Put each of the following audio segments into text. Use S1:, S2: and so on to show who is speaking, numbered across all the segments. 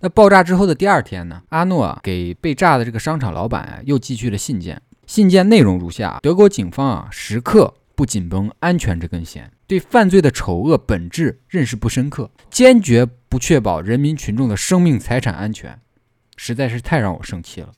S1: 那爆炸之后的第二天呢，阿诺啊给被炸的这个商场老板啊又寄去了信件，信件内容如下：德国警方啊时刻不紧绷安全这根弦，对犯罪的丑恶本质认识不深刻，坚决不确保人民群众的生命财产安全，实在是太让我生气了。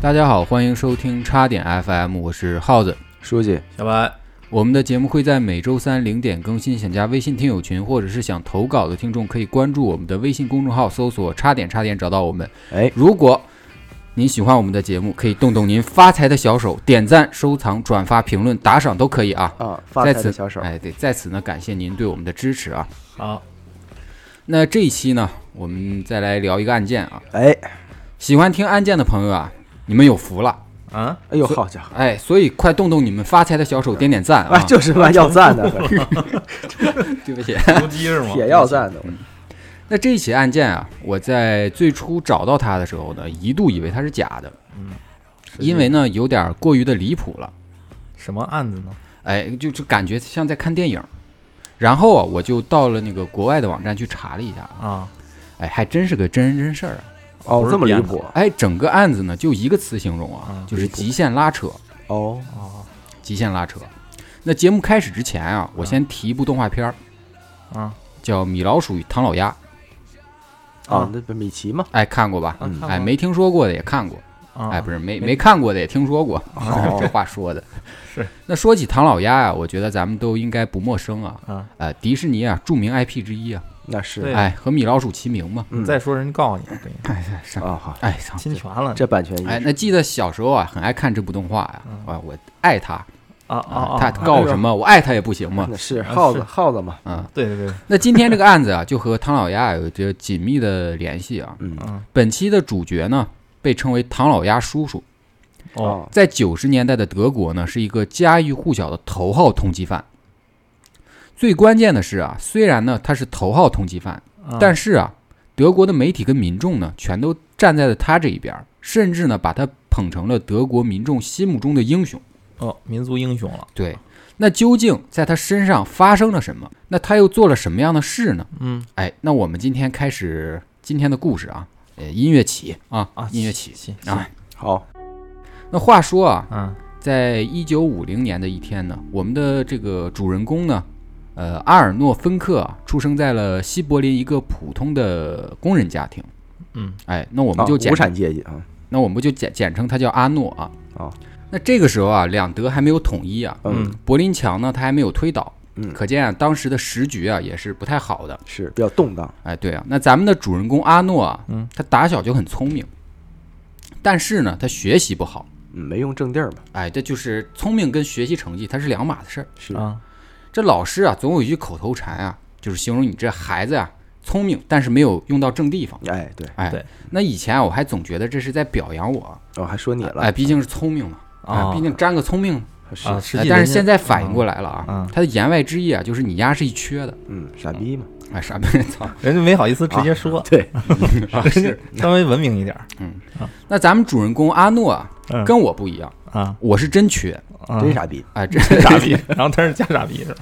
S1: 大家好，欢迎收听叉点 FM，我是耗子。
S2: 书记，
S3: 小白，
S1: 我们的节目会在每周三零点更新，想加微信听友群或者是想投稿的听众，可以关注我们的微信公众号，搜索“叉点叉点”找到我们。
S2: 哎，
S1: 如果您喜欢我们的节目，可以动动您发财的小手，点赞、收藏、转发、评论、打赏都可以啊。
S2: 啊，发
S1: 在
S2: 财
S1: 此
S2: 的小手，
S1: 哎，对，在此呢，感谢您对我们的支持啊。
S3: 好，
S1: 那这一期呢，我们再来聊一个案件啊。
S2: 哎，
S1: 喜欢听案件的朋友啊，你们有福了，
S3: 啊，
S2: 哎呦，好家伙，
S1: 哎，所以快动动你们发财的小手，点点赞啊。
S2: 啊，就是嘛，要赞的，反正
S1: 对不起。
S3: 毒鸡是吗？
S2: 铁要赞的，
S1: 那这起案件啊，我在最初找到它的时候呢，一度以为它是假的，
S2: 嗯
S1: 因为呢有点过于的离谱了，
S3: 什么案子呢？
S1: 哎，就就感觉像在看电影。然后啊，我就到了那个国外的网站去查了一下，
S3: 啊，
S1: 哎，还真是个真人真事儿啊！
S3: 不
S2: 哦，
S3: 是
S2: 这么离
S3: 编的
S2: 谱，
S1: 哎，整个案子呢就一个词形容啊
S3: 啊，
S1: 就是极限拉扯，
S2: 哦，
S3: 哦，
S1: 极限拉扯。那节目开始之前啊，我先提一部动画片儿，
S3: 啊，
S1: 叫《米老鼠与唐老鸭》，
S2: 啊
S3: 啊，
S2: 那不米奇嘛，
S1: 哎，看过吧？
S3: 啊看过
S1: 哎，没听说过的也看过。
S3: 啊，
S1: 哎，不是没
S3: 没
S1: 没看过的也听说过，
S2: 哦
S1: 这话说的。
S3: 是。
S1: 那说起唐老鸭呀、啊我觉得咱们都应该不陌生啊。
S3: 啊，
S1: 呃，迪士尼啊，著名 IP 之一啊，
S2: 那是
S3: 对
S1: 哎，和米老鼠齐名嘛。
S2: 嗯
S3: 再说人告你，对，
S1: 哎哎上
S2: 啊，好，
S1: 哎上
S3: 侵权了，
S2: 这版权
S1: 哎，
S2: 意识
S1: 那记得小时候啊，很爱看这部动画呀、
S3: 嗯
S1: 啊，我爱它
S3: 啊啊啊，
S1: 它
S3: 啊
S1: 嗯告什？么，我爱它也不行 嘛。
S2: 那是
S3: 啊
S2: 耗子，
S3: 是
S2: 耗子嘛，
S1: 嗯，
S3: 对对对，对
S1: 那今天这个案子啊，就和唐老鸭有着紧密的联系啊。
S2: 嗯，
S3: 嗯，
S1: 本期的主角呢，被称为唐老鸭叔叔，
S3: 哦，
S2: 哦，
S1: 在九十年代的德国呢，是一个家喻户晓的头号通缉犯。最关键的是啊，虽然呢他是头号通缉犯，但
S3: 是
S1: 是啊，德国的媒体跟民众呢，全都站在了他这一边儿，甚至呢把他捧成了德国民众心目中的英雄。
S3: 哦，民族英雄了，
S1: 对，那究竟在他身上发生了什么？那他又做了什么样的事呢？
S3: 嗯，
S1: 哎，那我们今天开始今天的故事啊，呃，音乐起啊
S3: 啊，
S1: 音乐起
S3: 起起
S1: 啊。
S2: 好，
S1: 那话说啊，
S3: 嗯，
S1: 在一九五零年的一天呢，我们的这个主人公呢，呃，阿尔诺·芬克啊，出生在了西柏林一个普通的工人家庭。
S3: 嗯，
S1: 哎，那我
S2: 我
S1: 们就
S2: 无
S1: 简，
S2: 产阶级啊，
S1: 那我们就简简称他叫阿诺啊。
S2: 哦，
S1: 那这个时候啊，两德还没有统一啊，
S2: 嗯，
S1: 柏林墙呢，它还没有推倒。
S2: 嗯
S1: 可见啊，当时的时局啊也是不太好的。
S2: 是比较动荡，
S1: 哎，对啊，那咱们的主人公阿诺啊，
S3: 嗯
S1: 他打小就很聪明，但是呢，他学习不好。
S2: 嗯，没用正地儿嘛，
S1: 哎，这就是聪明跟学习成绩它是两码子事儿。
S2: 是，
S3: 啊，
S1: 这老师啊，总有一句口头禅啊，就是形容你这孩子啊聪明，但是没有用到正地方。
S2: 哎，对，
S1: 哎，
S3: 对
S1: 那以前啊我还总觉得这是在表扬我，
S2: 我哦还说你
S1: 哎，
S2: 了，
S1: 毕竟是聪明嘛，
S3: 啊
S1: 哎，毕竟沾个聪明。
S2: 是，
S3: 啊实
S1: 哎
S3: 际
S1: 但
S3: 人
S1: 是
S3: 家
S1: 现在反应过来了啊，
S3: 嗯
S1: 他的言外之意啊，就是你丫是一缺的，
S2: 嗯，傻逼嘛，
S1: 哎，傻逼，操！
S3: 人家没好意思直接说，
S1: 啊
S2: 对，
S3: 人家稍微文明一点儿，
S1: 那咱们主人公阿诺啊，
S3: 嗯
S1: 跟我不一样，
S3: 啊
S1: 我是真缺，
S3: 啊，
S2: 真傻逼，
S1: 哎，这
S3: 真傻逼，然后他是假傻逼是吧？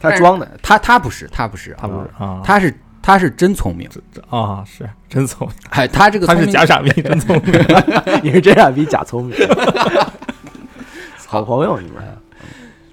S2: 他装的，，
S1: 他他不是，他不是啊，
S3: 他不是啊，
S1: 他是他是真聪明，
S3: 啊是真聪明，
S1: 哎，他这个
S3: 他
S1: 聪
S3: 是
S1: 明
S3: 假傻逼，真聪 明，
S2: 你是真傻逼，假聪明，好朋友你们是，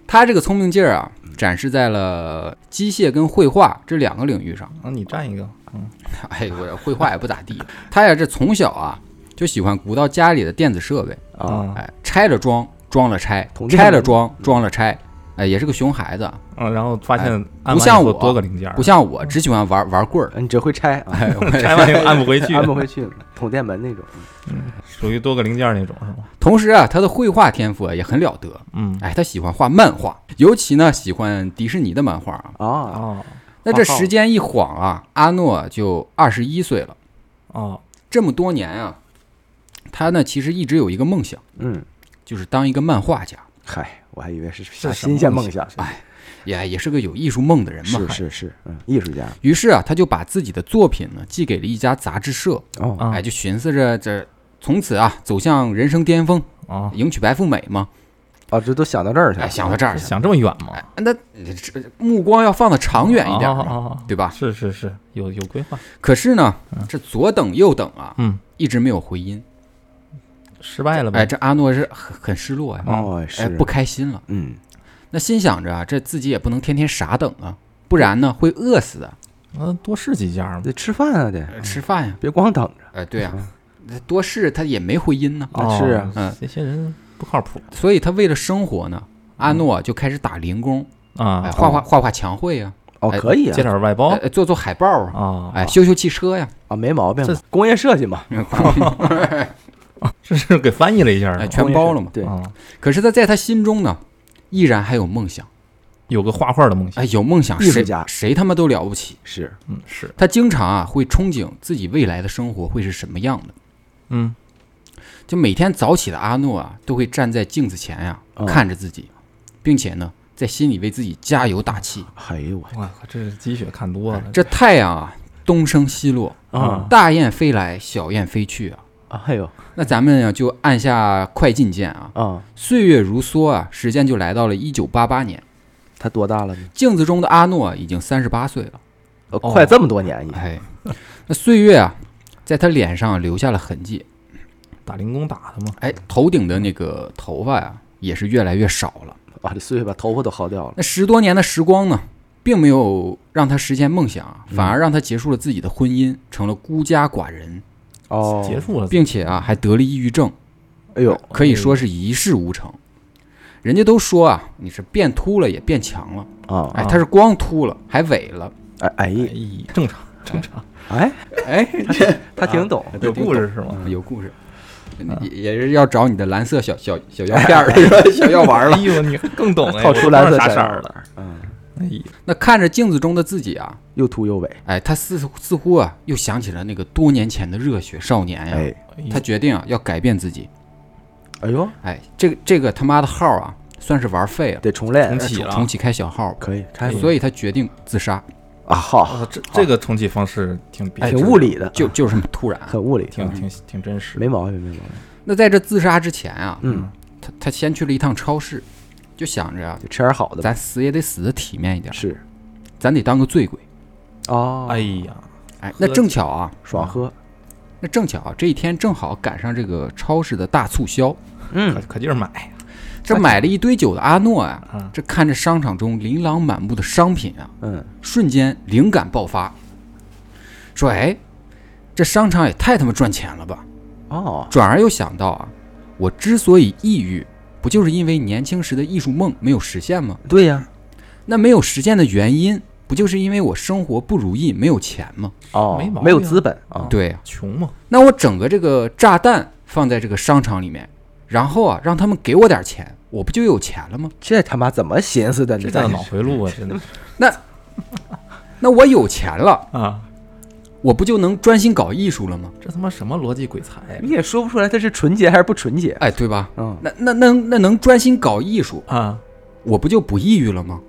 S1: 他这个聪明劲儿啊，展示在了机械跟绘画这两个领域上。
S3: 啊你占一个，嗯
S1: 哎，我绘画也不咋地。他呀，这从小啊就喜欢鼓捣家里的电子设备，
S3: 嗯
S2: 啊，
S1: 哎，拆了装，装了拆
S2: 同，志们
S1: 拆了装，
S2: 嗯
S1: 装了拆。哎，也是个熊孩子，
S3: 啊，然后发现按完
S1: 哎不像
S3: 以后
S1: 我
S3: 多个零件儿，
S1: 不像
S2: 嗯
S1: 我只喜欢玩玩棍儿。
S2: 你只会拆啊，
S1: 哎，我
S3: 拆完又按不回去，
S2: 安不回去，捅电门那种。
S3: 属于多个零件儿那种是吗？
S1: 同时啊，他的绘画天赋啊也很了得。
S3: 嗯，
S1: 哎，他喜欢画漫画，尤其呢喜欢迪士尼的漫画啊。
S2: 啊，
S3: 哦
S1: 那这时间一晃啊，阿诺就二十一岁了。
S3: 哦，
S1: 这么多年啊，他呢其实一直有一个梦想，
S2: 嗯，
S1: 就是当一个漫画家。
S2: 嗨，我还以为是
S3: 是
S2: 啥
S3: 什
S2: 新
S3: 么
S2: 鲜
S3: 东
S2: 梦
S3: 西
S2: 想，
S1: 哎，也也是个有艺术梦的人嘛。
S2: 是是是，嗯，艺术家
S1: 于是啊，他就把自己的作品呢寄给了一家杂志社，
S2: 哦，
S3: 啊
S1: 哎，就寻思着这从此啊走向人生巅峰，
S3: 啊，
S1: 迎娶白富美嘛。
S2: 哦，这都想到这儿去
S1: 哎，
S2: 了，
S1: 想到这儿去了，
S3: 想这么远吗？
S1: 哎，那这目光要放得长远一点
S3: 啊
S1: 嘛，
S3: 啊啊
S1: 对吧？
S3: 是是是，有有规划，
S1: 可是呢，这左等右等啊，
S3: 嗯，
S1: 一直没有回音。
S3: 失败了
S1: 哎，
S3: 呗，
S1: 这阿诺是很很失落
S3: 嗯
S1: 呀，
S2: 哦，
S1: 哎，
S2: 是
S1: 不，开心了。
S2: 嗯，
S1: 那心想着啊，这自己也不能天天傻等啊，不然呢会饿死的。
S3: 嗯，多试几家嘛，
S2: 得吃饭啊，得
S1: 呃
S3: 嗯
S1: 吃饭呀，
S2: 别光等着，
S1: 哎，对呀，多试他也没回音呢。
S2: 啊是啊
S1: 嗯
S3: 啊，这些人不靠谱
S1: 所以他为了生活呢，阿诺就开始打零工，哎，
S3: 嗯啊，哦
S1: 画画画画墙绘呀，
S2: 哦，
S1: 哎
S2: 可以
S3: 接
S2: 啊，
S3: 点外包
S1: 哎做做海报啊，
S3: 啊，
S2: 哦
S1: 哎，修修汽车 呀，
S2: 啊，没毛病
S3: 这
S2: 嘛，工业设计嘛，
S3: 这是给翻译了一下
S1: 哎，全包了嘛。
S2: 对，
S3: 啊，
S1: 可是他在他心中呢，依然还有梦想，
S3: 有个画画的梦想，
S1: 哎，有梦想，
S2: 艺术
S1: 谁
S2: 家
S1: 谁他妈都了不起。
S2: 是，
S3: 嗯是，
S1: 他经常啊会憧憬自己未来的生活会是什么样的。
S3: 嗯
S1: 就每天早起的阿诺啊，都会站在镜子前呀、
S2: 嗯
S1: 看着自己，并且呢，在心里为自己加油打气。
S2: 哎呦我，
S3: 哇，这是鸡血看多了，
S1: 哎这太阳啊，东升西落，
S2: 啊，
S1: 大雁飞来，小雁飞去啊。
S2: 哎呦，
S1: 那咱们呀、啊就按下快进键啊。
S2: 啊，
S1: 岁月如梭啊，时间就来到了一九八八年。
S2: 他多大了呢？
S1: 镜子中的阿诺啊已经三十八岁了。
S2: 哦
S3: 哦
S2: 快这么多年也，
S1: 哎，那岁月啊，在他脸上留下了痕迹。
S3: 打零工打的嘛，
S1: 哎，头顶的那个头发呀、也是越来越少了。
S2: 哇，这岁数把头发都薅掉了，
S1: 那十多年的时光呢，并没有让他实现梦想啊，反而让他结束了自己的婚姻，成了孤家寡人，
S2: 哦，
S3: 结束了，
S1: 并且啊还得了抑郁症，
S2: 哎呦，
S1: 可以说是一事无成。人家都说啊，你是变秃了也变强了，
S2: 啊，
S1: 哎，他是光秃了还萎了，
S2: 哎哎
S3: 哎正常正常，
S2: 哎，
S1: 哎，
S2: 他挺懂，
S3: 有故事是吗？
S1: 有故事，
S3: 啊
S1: 也也是要找你的蓝色小小小药片儿 是吧？小药丸儿了
S3: 哎。呦，你更懂了，
S2: 套出蓝色
S3: 啥
S2: 小
S3: 色
S2: 药
S3: 儿了？
S2: 丸，嗯，
S3: 哎呀，
S1: 那看着镜子中的自己啊，
S2: 又秃又尾，
S1: 哎，他似乎似乎啊又想起了那个多年前的热血少年呀、
S2: 哎，
S3: 哎呀
S1: 他决定啊要改变自己。
S2: 哎呦，
S1: 哎，这个这个他妈的号啊，算是玩废了，
S2: 得重练
S3: 重
S1: 哎
S3: 启了嗯
S1: 重启开小号吧，哎
S2: 可以
S3: 哎
S2: 开吧
S1: 所以他决定自杀，
S2: 啊，好，
S3: 哦，这这个重启方式挺别致
S2: 挺哎物，理的，
S1: 就就是这么突然。
S2: 很物理，
S3: 挺挺挺真实，
S2: 没毛病，没毛病，
S1: 那在这自杀之前啊，
S2: 嗯，
S1: 他他先去了一趟超市，就想着啊，
S2: 就吃点好的吧，
S1: 咱死也得死的体面一点，
S2: 是，
S1: 咱得当个醉鬼。
S2: 哦，
S3: 哎，呀，
S1: 哎，
S3: 喝
S1: 那正巧啊，
S2: 爽喝，
S1: 那正巧啊，这一天正好赶上这个超市的大促销，
S3: 可
S2: 嗯，
S3: 可劲儿买
S1: 这买了一堆酒的阿诺啊，
S3: 啊，
S1: 这看着商场中琳琅满目的商品啊，
S2: 嗯，
S1: 瞬间灵感爆发，说：“哎，这商场也太他妈赚钱了吧！”
S2: 哦，
S1: 转而又想到啊，我之所以抑郁，不就是因为年轻时的艺术梦没有实现吗？
S2: 对呀，
S1: 那没有实现的原因，不就是因为我生活不如意，没有钱吗？
S2: 哦
S3: 没毛，病
S2: 没有资本啊，
S1: 对呀、
S3: 穷嘛，
S1: 那我整个这个炸弹放在这个商场里面，然后啊，让他们给我点钱，我不就有钱了吗？
S2: 这他妈怎么寻思的？这
S3: 这叫
S2: 在
S3: 脑回路啊，真的
S1: 那我有钱了，
S3: 啊，
S1: 我不就能专心搞艺术了吗？
S3: 这他妈什么逻辑鬼才
S2: 你也说不出来他是纯洁还是不纯洁，
S1: 哎，对吧？
S2: 嗯，
S1: 那那那那能专心搞艺术，
S3: 啊？
S1: 我不就不抑郁了吗？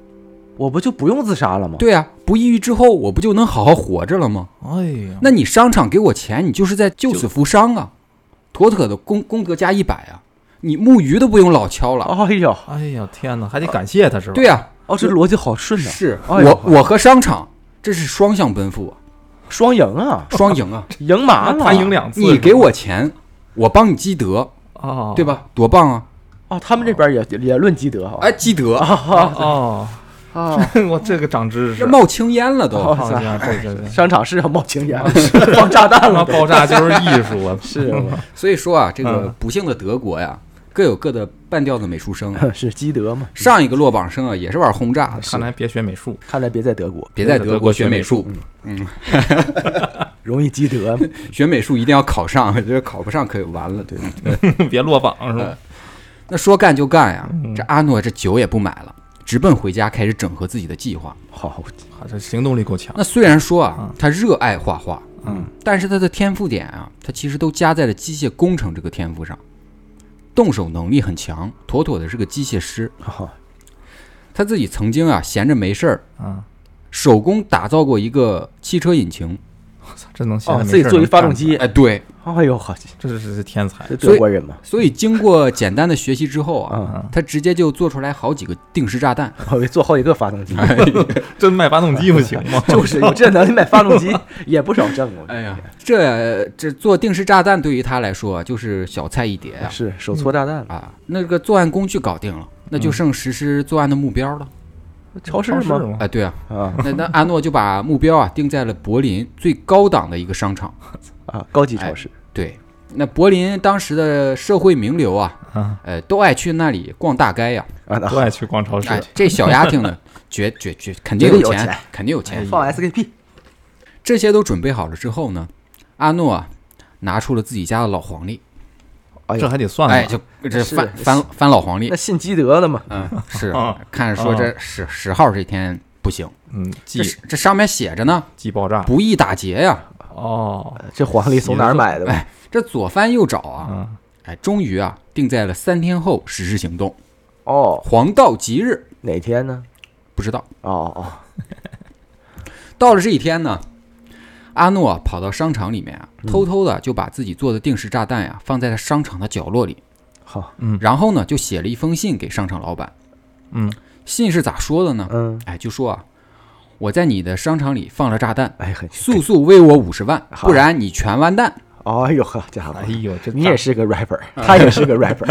S2: 我不就不用自杀了吗？
S1: 对呀、不抑郁之后，我不就能好好活着了吗？
S3: 哎呀，
S1: 那你商场给我钱，你就是在救死扶伤啊，妥妥的功功德加一百啊！你木鱼都不用老敲了，
S2: 哎呦，
S3: 哎呀，天哪，还得感谢他是吧？
S1: 对啊呀、
S2: 哦，这逻辑好顺呐，
S1: 是
S2: 哎呦
S1: 我我和商场这是双向奔赴啊，
S2: 双赢啊，
S1: 双赢啊！
S2: 赢麻
S3: 啊，
S2: 了，
S3: 他赢两次，
S1: 你给我钱，我帮你积德，
S3: 哦，
S1: 对？吧？多棒啊！
S2: 哦，他们这边也也论积德，
S1: 哎，积德，
S3: 哦，
S2: 啊，
S3: 我这个长知识
S1: 这，
S3: 啊
S1: 冒青烟了都。
S3: 好家伙，对对对，
S2: 商啊场是要冒青烟， 放炸弹
S3: 他妈
S2: 了，
S3: 爆炸就是艺术啊！
S2: 是
S1: 所以说啊，这个
S3: 嗯
S1: 不幸的德国呀，各有各的半吊子美术生啊。
S2: 是积德嘛？
S1: 上一个落榜生啊，也是玩轰炸的，
S3: 看来别学美术，
S2: 看来别在德国，
S1: 别在德国学美术，
S2: 容易积德。
S1: 学美术一定要考上， 这考不上可就完了。对，
S3: 别落榜是吧？
S1: 那说干就干呀，
S3: 嗯
S1: 这阿诺这酒也不买了，直奔回家开始整合自己的计划。
S2: 好，
S3: 啊这行动力够强，
S1: 那虽然说啊
S3: 嗯，
S1: 他热爱画画，
S3: 嗯，
S1: 但是他的天赋点啊，他其实都加在了机械工程这个天赋上，动手能力很强，妥妥的是个机械师。
S2: 好，
S1: 他自己曾经啊闲着没事儿，
S3: 啊，
S1: 手工打造过一个汽车引擎。
S3: 我操，这能闲
S2: 哦，
S3: 着没
S2: 自己
S3: 事儿
S2: 做一
S3: 能
S2: 发动
S3: 干
S2: 机，
S1: 哎，对，
S2: 哎呦好，
S3: 这是这是天才
S2: 这
S1: 所
S2: 德
S1: 以
S2: 国人 嘛，
S1: 所以经过简单的学习之后啊，
S2: 啊，
S3: 啊！
S1: 他直接就做出来好几个定时炸弹。
S2: 我给做好几个发动机，
S3: 这卖发动机不行 吗？
S2: 就是有这能力买发动机也不少挣我觉得
S1: 哎呀，这这做定时炸弹对于他来说啊就是小菜一碟呀、
S2: 是手搓炸弹，
S1: 啊，那个作案工具搞定了，那
S3: 嗯
S1: 就剩实施作案的目标了。
S2: 超市吗？
S3: 吗？
S1: 哎，对啊，
S2: 啊
S1: 那那阿诺就把目标啊定在了柏林最高档的一个商场。
S2: 啊，高级超市，
S1: 对，那柏林当时的社会名流啊，
S3: 啊，
S1: 呃，都爱去那里逛大街呀、
S2: 啊，那
S3: 都爱去逛超市
S1: 哎，这小丫头呢，绝绝绝肯定
S2: 绝对有
S1: 钱
S2: 钱，哎
S1: 肯定有钱。
S2: 放 SKP
S1: 这些都准备好了之后呢，阿诺啊拿出了自己家的老黄历，
S2: 哎
S3: 这
S2: 呦
S3: 还得算啊
S1: 哎，
S3: 呢。
S1: 就这
S2: 是
S1: 翻翻翻老黄历
S2: 那，哦信基德的嘛，
S1: 嗯，是
S3: 啊
S1: 看着说这十十号这天不行，
S3: 嗯，记
S1: 这是这上面写着呢，
S3: 记爆炸
S1: 不宜打劫呀。
S3: 哦，
S2: 这黄历从哪儿买的吧？
S1: 这左翻右找啊，
S3: 嗯，
S1: 哎，终于啊定在了三天后实施行动，
S2: 哦，
S1: 黄道吉日
S2: 哪天呢？
S1: 不知道。
S2: 哦哦，
S1: 到了这一天呢，阿诺啊跑到商场里面啊，偷偷的就把自己做的定时炸弹呀、放在了商场的角落里，
S2: 好，
S1: 然后呢就写了一封信给商场老板。
S3: 嗯，
S1: 信是咋说的呢？
S2: 嗯，
S1: 哎，就说啊，我在你的商场里放了炸弹，
S2: 哎很，
S1: 速速喂我五十万，
S2: 好
S1: 不然你全完蛋。
S2: 哎呦呵，家伙
S3: 哎，呦，这
S2: 你也是个 rapper，他也是个 rapper，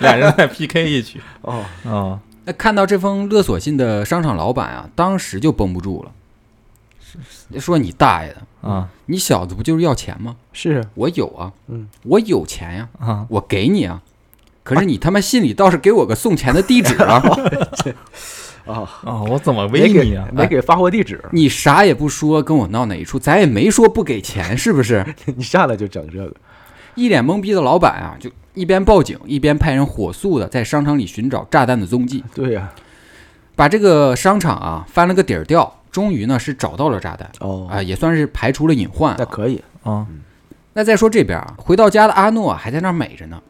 S3: 俩人在 PK 一曲
S2: 哦，
S3: 啊，
S1: 那看到这封勒索信的商场老板啊，当时就绷不住了，说你大爷的，
S3: 啊
S1: 你小子不就是要钱吗？
S2: 是
S1: 我有啊，
S2: 嗯，
S1: 我有钱呀、
S3: 啊！
S1: 我给你啊。可是你他妈信里倒是给我个送钱的地址啊！
S2: 哎啊，
S3: 啊！我怎么
S2: 没
S3: 威
S2: 给
S3: 你啊？
S2: 没给发货地址，
S1: 你啥也不说，跟我闹哪一出？咱也没说不给钱，是不是？
S2: 你上来就整这个，
S1: 一脸懵逼的老板啊，就一边报警，一边派人火速的在商场里寻找炸弹的踪迹，
S2: 对呀，
S1: 把这个商场啊翻了个底儿掉，终于呢是找到了炸弹
S2: 哦，
S1: 啊，也算是排除了隐患
S2: 那
S1: 啊。
S2: 可以，
S3: 啊，
S1: 那再说这边啊，回到家的阿诺啊还在那儿美着 呢，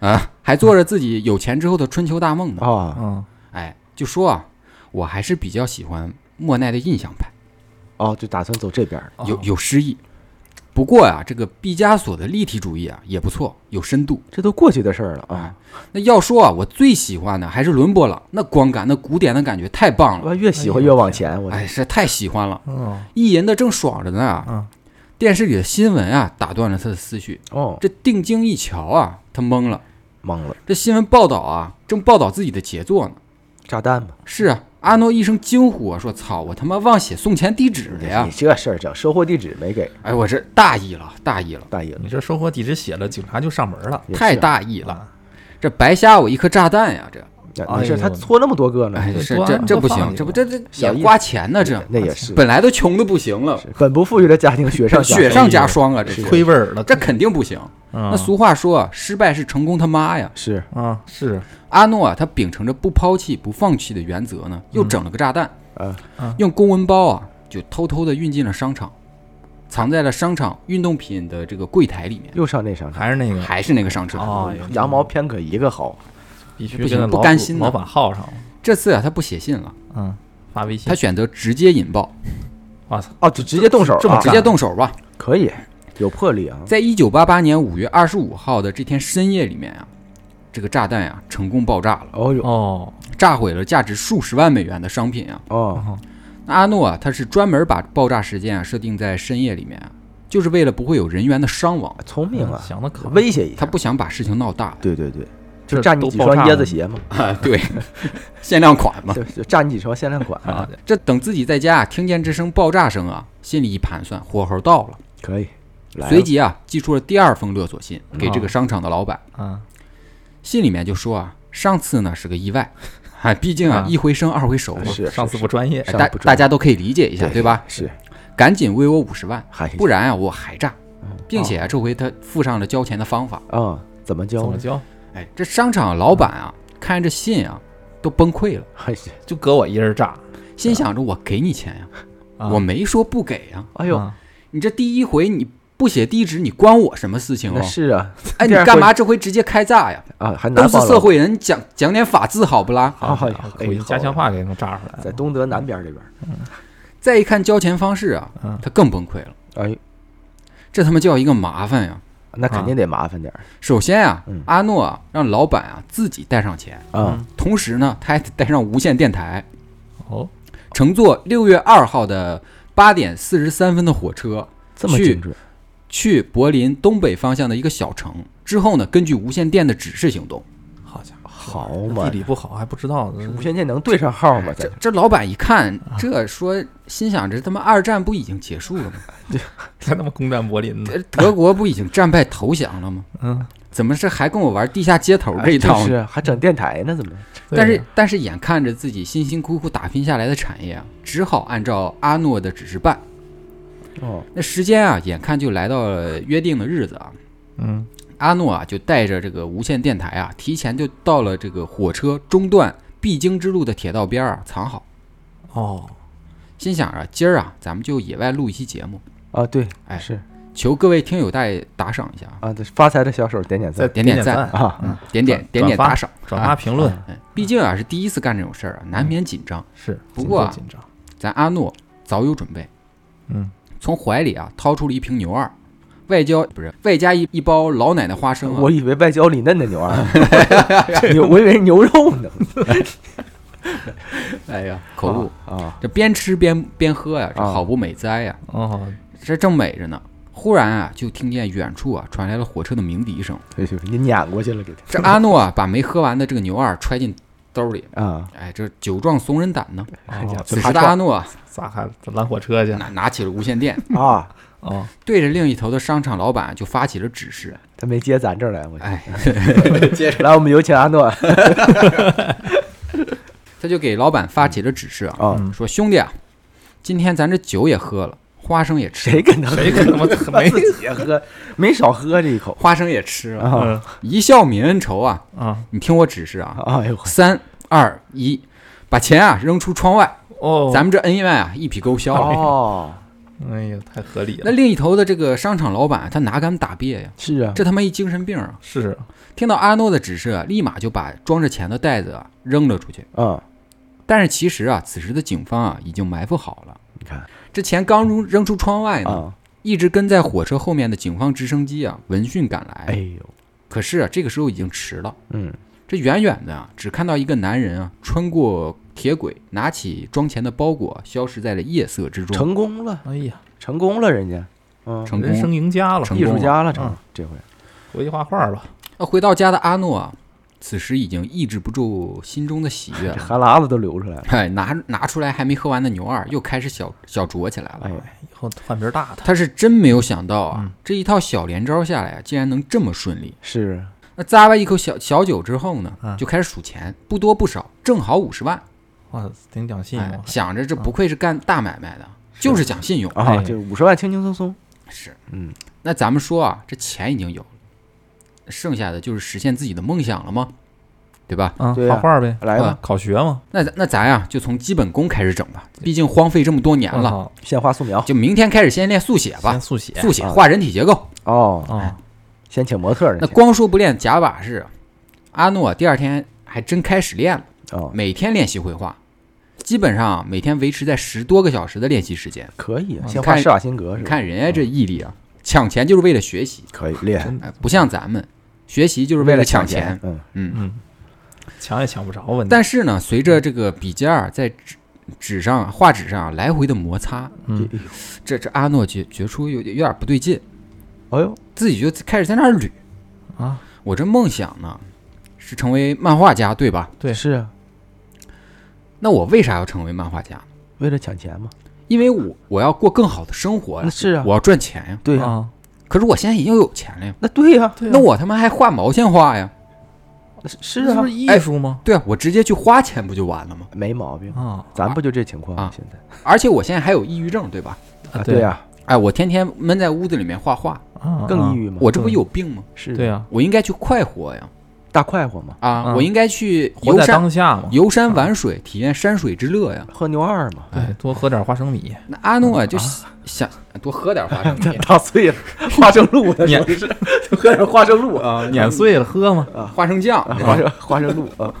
S1: 啊，还做着自己有钱之后的春秋大梦呢。
S2: 哦
S3: 啊，
S1: 哎，就说啊，我还是比较喜欢莫奈的印象派，
S2: 哦，就打算走这边儿，
S3: 啊
S1: 有
S3: 哦
S1: 有诗意。不过啊，这个毕加索的立体主义啊也不错，有深度。
S2: 这都过去的事儿了啊，
S1: 那要说啊，我最喜欢的还是伦勃朗，那光感、那古典的感觉太棒了，
S2: 我越喜欢越往前，我
S1: 哎，实在太喜欢了。
S3: 嗯，
S1: 意淫的正爽着呢啊，电视里的新闻啊打断了他的思绪。
S2: 哦，
S1: 这定睛一瞧啊，他懵了。
S2: 懵了，
S1: 这新闻报道啊，正报道自己的杰作呢。
S2: 炸弹吧。
S1: 是啊，阿诺一声惊呼啊，说：“操，我他妈忘写送钱地址了哎呀
S2: 你！这事儿整收货地址没给啊
S1: 哎，我这大意了，大意了，
S2: 大爷了，
S3: 你这收货地址写了，警察就上门了。
S2: 也是啊
S1: 太大意了。这白瞎我一颗炸弹呀！这，
S2: 那没事，
S3: 哎呦
S2: 他搓那么多个呢，
S1: 哎，
S3: 这
S1: 是
S3: 多
S1: 这
S3: 安
S1: 这
S3: 多
S1: 不
S3: 放
S1: 行，
S3: 一
S1: 这不
S3: 点
S1: 这这
S2: 小
S1: 也
S2: 意思
S1: 花钱呢，这哎
S2: 那也是
S1: 本来都穷的不行了，
S2: 是本不富裕的家庭雪上加
S1: 雪上加霜啊！这是
S3: 亏味儿了，
S1: 这肯定不行。
S3: 那
S2: 嗯
S1: 那俗话说啊，失败是成功他妈呀！
S2: 是
S3: 啊是
S1: 阿诺啊，他秉承着不抛弃、不放弃的原则呢，又整了个炸弹，
S2: 嗯
S1: 嗯
S2: 啊，
S1: 用公文包啊，就偷偷的运进了商场，藏在了商场运动品的这个柜台里面，
S2: 又上那商场，
S3: 还是那个
S1: 还是那个商场。
S3: 哦，
S2: 羊毛偏可一个好，
S3: 必须
S1: 不行
S3: 跟
S1: 不
S3: 老
S1: 甘
S3: 板
S1: 心呢
S3: 老板耗上了，
S1: 这次啊，他不写信了，
S3: 嗯，发微信
S1: 他，选择直接引爆，
S3: 哇塞，
S2: 哦，就直接动手啊，
S3: 这么
S1: 直接动手吧。
S2: 可以，有魄力啊，
S1: 在一九八八年五月二十五号的这天深夜里面啊，这个炸弹呀、成功爆炸了，
S2: 哦呦
S3: 哦，
S1: 炸毁了价值数十万美元的商品啊。
S2: 哦，
S1: 那阿诺啊，他是专门把爆炸时间啊设定在深夜里面啊，就是为了不会有人员的伤亡，
S2: 聪明啊，
S3: 嗯想的可
S2: 威胁一
S1: 他
S2: 下，
S1: 不想把事情闹大。
S2: 对对对，
S3: 这
S2: 就占你
S3: 都
S2: 几
S3: 爆
S2: 双
S3: 炸
S2: 椰
S3: 了
S2: 子鞋嘛，
S1: 啊，对， 限量款嘛。
S2: 就就占你几双限量款
S1: 啊
S2: 啊，，
S1: 这等自己在家啊，听见这声爆炸声啊，心里一盘算，火候到了，
S2: 可以，来
S1: 随
S2: 吧
S1: 即啊，寄出了第二封勒索信给这个商场的老板。
S3: 啊，
S1: 信里面就说啊，上次呢是个意外， 啊，毕竟啊
S3: 啊
S1: 一回生二回熟嘛，
S2: 是
S3: 上次不专业
S1: 哎
S2: 上
S1: 大
S2: 不中
S1: 大家都可以理解一下，
S2: 对
S1: 对吧？
S2: 是，
S1: 赶紧喂我五十万，
S2: 还
S1: 不然啊我还炸，并且啊这回他附上了交钱的方法。
S2: 啊，怎么
S3: 怎
S2: 教
S3: 么
S2: 呢？
S3: 教？
S1: 哎，这商场老板啊，看这信啊，都崩溃了，
S2: 还是
S1: 啊
S3: 就搁我一人炸，
S1: 心想着我给你钱呀、
S3: 啊
S1: 我没说不给呀、
S2: 哎呦，
S3: 啊
S1: 你这第一回你不写地址，你关我什么事情
S2: 那
S1: 哦？
S2: 是啊，
S1: 哎，你
S2: 这样
S1: 干
S2: 会
S1: 嘛这回直接开炸呀？
S2: 啊，还
S1: 都
S2: 南
S1: 是
S2: 方
S1: 社
S2: 人，
S1: 会人，讲讲点法治好不啦？
S2: 啊
S3: 好
S2: 哎呀
S3: 口音
S2: 哎
S3: 家乡话给弄炸出来
S2: 在
S3: 了。
S2: 东德南边这边，
S1: 再一看交钱方式啊，
S3: 嗯
S1: 他更崩溃了，
S2: 哎，
S1: 这他妈叫一个麻烦呀！
S2: 那
S1: 啊
S2: 肯定得麻烦点儿
S1: 首先啊
S2: 嗯，
S1: 阿诺啊让老板啊自己带上钱，
S2: 啊。
S1: 同时呢，他还得带上无线电台，
S3: 哦，
S1: 乘坐六月二号的八点四十三分的火车
S2: 这么
S1: 去
S2: 精准，
S1: 去柏林东北方向的一个小城。之后呢，根据无线电的指示行动。
S3: 好家伙，
S2: 好嘛
S3: 地，理不好还不知道呢，
S2: 无线电能对上号吗？
S1: 这
S2: 这
S1: 这老板一看，这说心想：这他妈二战不已经结束了吗？
S3: 还他妈攻占柏林呢。
S1: 德德国不已经战败投降了吗？
S3: 嗯，
S1: 怎么是还跟我玩地下街头这一
S2: 哎就
S1: 套呢？
S2: 是啊还整电台呢，怎么？
S3: 对
S1: 但是但是眼看着自己辛辛苦苦打拼下来的产业啊，只好按照阿诺的指示办。
S2: 哦，
S1: 那时间啊，眼看就来到了约定的日子啊，
S3: 嗯，
S1: 阿诺啊就带着这个无线电台啊，提前就到了这个火车中断必经之路的铁道边儿啊藏好，
S3: 哦，
S1: 心想啊，今儿啊咱们就野外录一期节目，
S2: 啊，对，
S1: 哎
S2: 是
S1: 求各位听友大爷打赏一下啊，
S2: 啊，对，发财的小手点点
S3: 再
S2: 赞
S1: 点点
S3: 点
S1: 赞
S3: 赞，
S2: 啊，
S1: 点点点点打赏，
S3: 转发评论
S1: 哎毕竟啊是第一次干这种事儿啊，难免紧张。
S3: 是。
S1: 不过啊
S3: 紧张紧
S1: 咱阿诺早有准备，
S3: 张，嗯，
S1: 从怀里啊掏出了一瓶牛二，外焦不是外加一一包老奶奶花生啊，
S2: 我以为外焦里嫩的 牛二，牛我以为牛肉呢。
S1: 哎呀口误，
S2: 啊，
S1: 这边吃边边喝呀、这
S2: 啊
S1: 好不美哉呀、
S3: 哦，
S1: 这正美着呢，忽然啊就听见远处啊传来了火车的鸣笛声，
S2: 对对，你撵过去了，给他
S1: 这阿诺啊把没喝完的这个牛二揣进兜里。
S2: 啊，
S1: 哎，这酒壮怂人胆呢！
S2: 哎呀
S3: 哦
S1: 此
S3: 就
S1: 时
S3: 怕
S1: 的阿诺啊，
S3: 咋还拦火车去？
S1: 拿拿起了无线电，
S2: 啊，
S3: 哦，
S1: 对着另一头的商场老板就发起了指示。
S2: 他没接咱这儿来，我
S1: 哎，
S2: 接 着来，我们有请阿诺啊
S1: 他就给老板发起了指示啊，
S3: 嗯
S1: 说兄弟啊，今天咱这酒也喝了，花生也吃了，
S2: 谁跟他喝
S3: 谁跟他妈没
S2: 自己 喝，没少喝这一口
S1: 花生也吃了，
S2: 啊
S3: 嗯
S1: 一笑泯恩仇啊！
S3: 啊？
S1: 你听我指示啊，
S2: 哎呦，
S1: 三二一，把钱啊扔出窗外，
S3: 哦，
S1: 咱们这恩怨啊一笔勾销了。
S2: 哦，
S3: 哎呀，太合理
S1: 那
S3: 了。
S1: 另一头的这个商场老板他哪敢打别呀？
S2: 是啊，
S1: 这他妈一精神病啊！
S3: 是
S1: 听到阿诺的指示啊，立马就把装着钱的袋子啊扔了出去。
S2: 啊，
S1: 但是其实啊，此时的警方啊已经埋伏好了，
S2: 你看
S1: 这钱刚扔扔出窗外呢，
S2: 啊，
S1: 一直跟在火车后面的警方直升机啊闻讯赶来。
S2: 哎呦，
S1: 可是啊，这个时候已经迟了。
S2: 嗯，
S1: 这远远的啊，只看到一个男人啊，穿过铁轨，拿起装钱的包裹，消失在了夜色之中。
S2: 成功了，
S3: 哎呀，
S2: 成功了，人家，嗯，
S1: 成功
S3: 人生赢家了，
S1: 成
S2: 艺术家了，
S3: 成
S2: 成
S3: 功了
S2: 这回
S3: 回去画画吧。
S1: 那回到家的阿诺啊，此时已经抑制不住心中的喜悦
S2: 这
S1: 了，
S2: 哈喇子都流出来了，
S1: 哎，拿拿出来还没喝完的牛二，又开始小小酌起来了。啊
S2: 哎呦，
S3: 以后换瓶大的。
S1: 他是真没有想到啊，
S3: 嗯
S1: 这一套小连招下来啊，竟然能这么顺利。
S2: 是
S1: 那咂巴一口小小酒之后呢，
S3: 嗯
S1: 就开始数钱，不多不少，正好五十万。
S3: 哇，挺讲信
S1: 哎
S3: 用，。
S1: 想着这不愧是干大买卖的，就是讲信用。
S2: 啊，
S3: 哎
S2: 这五十万轻轻松松，
S1: 是，
S2: 嗯，
S1: 那咱们说啊，这钱已经有了，剩下的就是实现自己的梦想了吗？对吧？
S3: 嗯，
S2: 对啊
S3: 画画呗，嗯
S2: 来吧，
S3: 考学嘛。
S1: 那咱那咱呀、就从基本功开始整吧，毕竟荒废这么多年
S3: 我
S1: 了，
S3: 操
S2: 先画素描
S1: 就明天开始先练速写吧
S3: 先，速写。
S1: 速写
S2: 啊
S1: 画人体结构。
S2: 哦，
S3: 哦，
S2: 先请模特儿
S1: 那
S2: 呢，
S1: 光说嗯不练假把式，啊阿诺第二天还真开始练了，
S2: 哦，
S1: 每天练习绘画，基本上啊每天维持在十多个小时的练习时间。
S2: 可以啊，
S3: 嗯
S2: 先画
S1: 看
S2: 施瓦辛格
S1: 你
S2: 是吧？
S1: 看人家这毅力啊，抢钱就是为了学习，
S2: 可以，厉害，
S3: 真
S1: 哎，不像咱们学习就是
S2: 为
S1: 为了
S2: 抢
S1: 抢钱。，
S2: 嗯，
S1: 嗯，
S3: 嗯，抢也抢不着吧？你
S1: 但是呢，随着这个笔尖儿在纸纸上、画纸上啊来回的摩擦，
S3: 嗯
S2: 哎呦
S1: 这这阿诺觉觉出有有点不对劲，
S2: 哎呦，
S1: 自己就开始在那儿捋
S3: 啊，
S1: 我这梦想呢是成为漫画家，对吧？
S3: 对
S2: 是啊，
S1: 那我为啥要成为漫画家？
S2: 为了抢钱嘛，
S1: 因为我我要过更好的生活
S2: 那
S1: 呀，
S2: 是啊，
S1: 我要赚钱呀。
S2: 对呀，
S3: 啊，
S1: 可是我现在已经有钱了呀，
S2: 那对呀，
S3: 对啊
S1: 那我他妈还画毛线画呀？
S2: 那是是
S3: 这
S2: 啊
S3: 不，是哎艺术吗？
S1: 对啊，我直接去花钱不就完了吗？
S2: 没毛病，
S3: 啊
S2: 咱不就这情况
S1: 啊
S2: 吗？现在
S1: 而且我现在还有抑郁症，对吧？
S2: 啊，
S3: 对
S2: 对呀，
S1: 哎，我天天闷在屋子里面画画，
S3: 啊，
S2: 更抑
S3: 郁。
S2: 郁嘛，
S1: 我这不有病吗？
S2: 是
S3: 对呀，
S1: 我应该去快活呀。
S2: 大快活嘛，
S1: 啊，
S3: 嗯
S1: 我应该去
S3: 活
S1: 游
S3: 在
S1: 山
S3: 当下嘛。
S1: 游山玩水，体验山水之乐呀。
S2: 喝牛二嘛，
S3: 对，多喝点花生米。
S1: 那阿诺啊，就
S3: 啊
S1: 想多喝点花生米，
S2: 打碎了花生露的时候是，就喝点花生露啊，
S3: 碾碎了喝嘛。
S1: 花生酱。
S2: 啊花生花生露啊，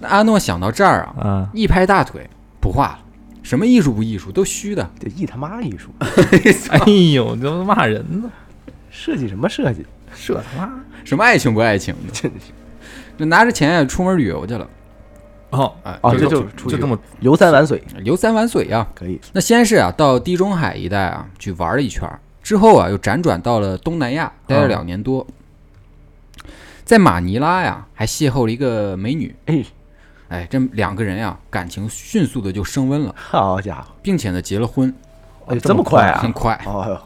S1: 那阿诺想到这儿啊，
S3: 啊，
S1: 一拍大腿，不画了，什么艺术不艺术，都虚的。
S2: 这一他妈艺 术，
S3: 哎呦，你这不骂人呢？
S2: 设计什么设计？
S3: 这他妈！
S1: 什么爱情不爱情的，
S2: 真 是
S1: 就拿着钱啊出门旅游去了
S3: 哦，
S1: 啊
S2: 啊，
S1: 就
S2: 这
S1: 是
S2: 就出
S3: 就这
S2: 去
S3: 么
S2: 游山玩水，
S1: 游山玩水呀、
S2: 可以
S1: 那先是啊到地中海一带啊去玩了一圈儿，之后啊又辗转到了东南亚，
S2: 嗯
S1: 待了两年多。在马尼拉呀，还邂逅了一个美女，
S2: 哎，
S1: 哎，这两个人呀、感情迅速的就升温了，
S2: 好家伙，
S1: 并且呢结了婚，
S2: 哎呦，这
S3: 这么
S2: 么快啊
S1: 很！快
S2: 哦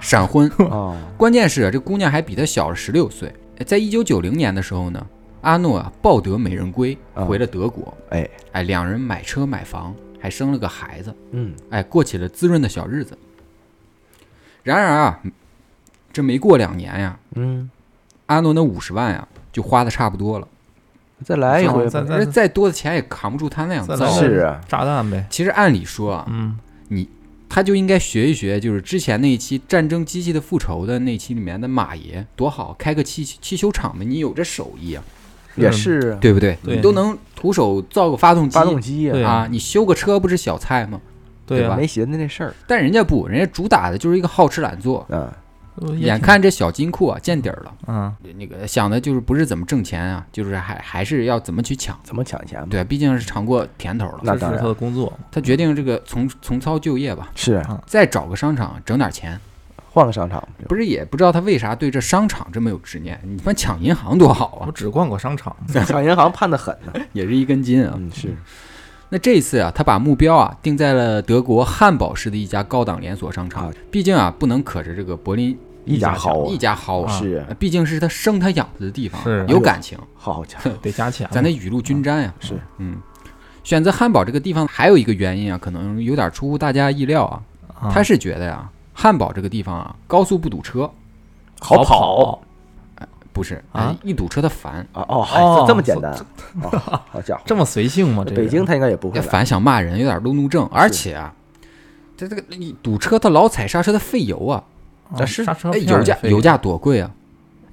S1: 闪婚。
S2: 哦，
S1: 关键是啊这姑娘还比他小了十六岁。哎在一九九零年的时候呢，阿诺啊抱得美人归，
S2: 嗯
S1: 回了德国。
S2: 哎，
S1: 哎，两人买车买房，还生了个孩子，
S2: 嗯，
S1: 哎，过起了滋润的小日子。然而啊，这没过两年呀、
S2: 嗯，
S1: 阿诺那五十万呀、就花的差不多了，
S2: 再来一回
S3: 再
S2: 吧。
S3: 再
S1: 而再多的钱也扛不住他那样
S3: 再
S1: 糟
S3: 来
S1: 了。
S3: 点
S2: 是啊
S3: 炸弹呗。
S1: 其实按理说啊，
S3: 嗯，
S1: 他就应该学一学，就是之前那一期《战争机器的复仇》的那期里面的马爷，多好，开个汽汽修厂嘛，你有这手艺啊，
S2: 也是啊
S1: 对不对？
S3: 对
S1: 你都能徒手造个发动机
S2: 发动机
S3: 对
S2: 呀，
S1: 啊，你修个车不是小菜吗？
S3: 对
S1: 吧
S3: 啊，
S2: 没寻思那事儿，
S1: 但人家不，人家主打的就是一个好吃懒做，
S2: 嗯，
S3: 呃也
S1: 眼
S3: 挺
S1: 看这小金库啊见底儿了，
S3: 嗯，
S1: 那个呃想的就是不是怎么挣钱啊，就是还还是要怎么去抢。
S2: 怎么抢钱嘛？
S1: 对，啊毕竟是尝过甜头了。
S2: 那
S3: 这
S2: 当
S3: 是
S2: 然
S3: 他的工作。
S1: 他决定这个从从操就业吧，
S2: 是啊
S1: 再找个商场整点钱。
S2: 换个商场嘛，
S1: 嗯不是也不知道他为啥对这商场这么有执念？你他妈抢银行多好
S3: 我
S1: 啊，
S3: 只逛过商场。
S2: 抢银行判的狠呢。
S1: 也是一根筋啊。
S2: 嗯，是
S1: 那这次啊，他把目标啊定在了德国汉堡市的一家高档连锁商场
S2: 啊。
S1: 毕竟啊，不能可着这个柏林
S2: 一家
S1: 好
S2: 豪啊
S1: 一家豪啊，
S2: 是啊哎
S1: 毕竟是他生他养的地方，
S3: 是
S1: 有感情。
S2: 好家伙，
S3: 得加钱了，
S1: 咱得雨露均沾呀、
S2: 是，
S1: 嗯，选择汉堡这个地方还有一个原因啊，可能有点出乎大家意料啊。
S3: 啊
S1: 他是觉得呀、汉堡这个地方啊，高速不堵车，
S2: 好
S3: 啊好
S2: 跑
S1: 不是
S3: 啊
S1: 哎一堵车他烦，
S2: 啊哦，
S3: 哦
S2: 还这么简单啊，哦好家伙，
S3: 这么随性吗？这个
S2: 北京他应该也不会
S1: 他
S2: 来，
S1: 烦想骂人，有点路怒症，而且啊。他这个一堵车，他老踩刹车，他费油啊！
S3: 啊
S1: 是
S3: 刹车
S1: 哎，
S3: 片
S1: 油
S3: 儿
S1: 价
S3: 也费
S1: 油价多贵啊！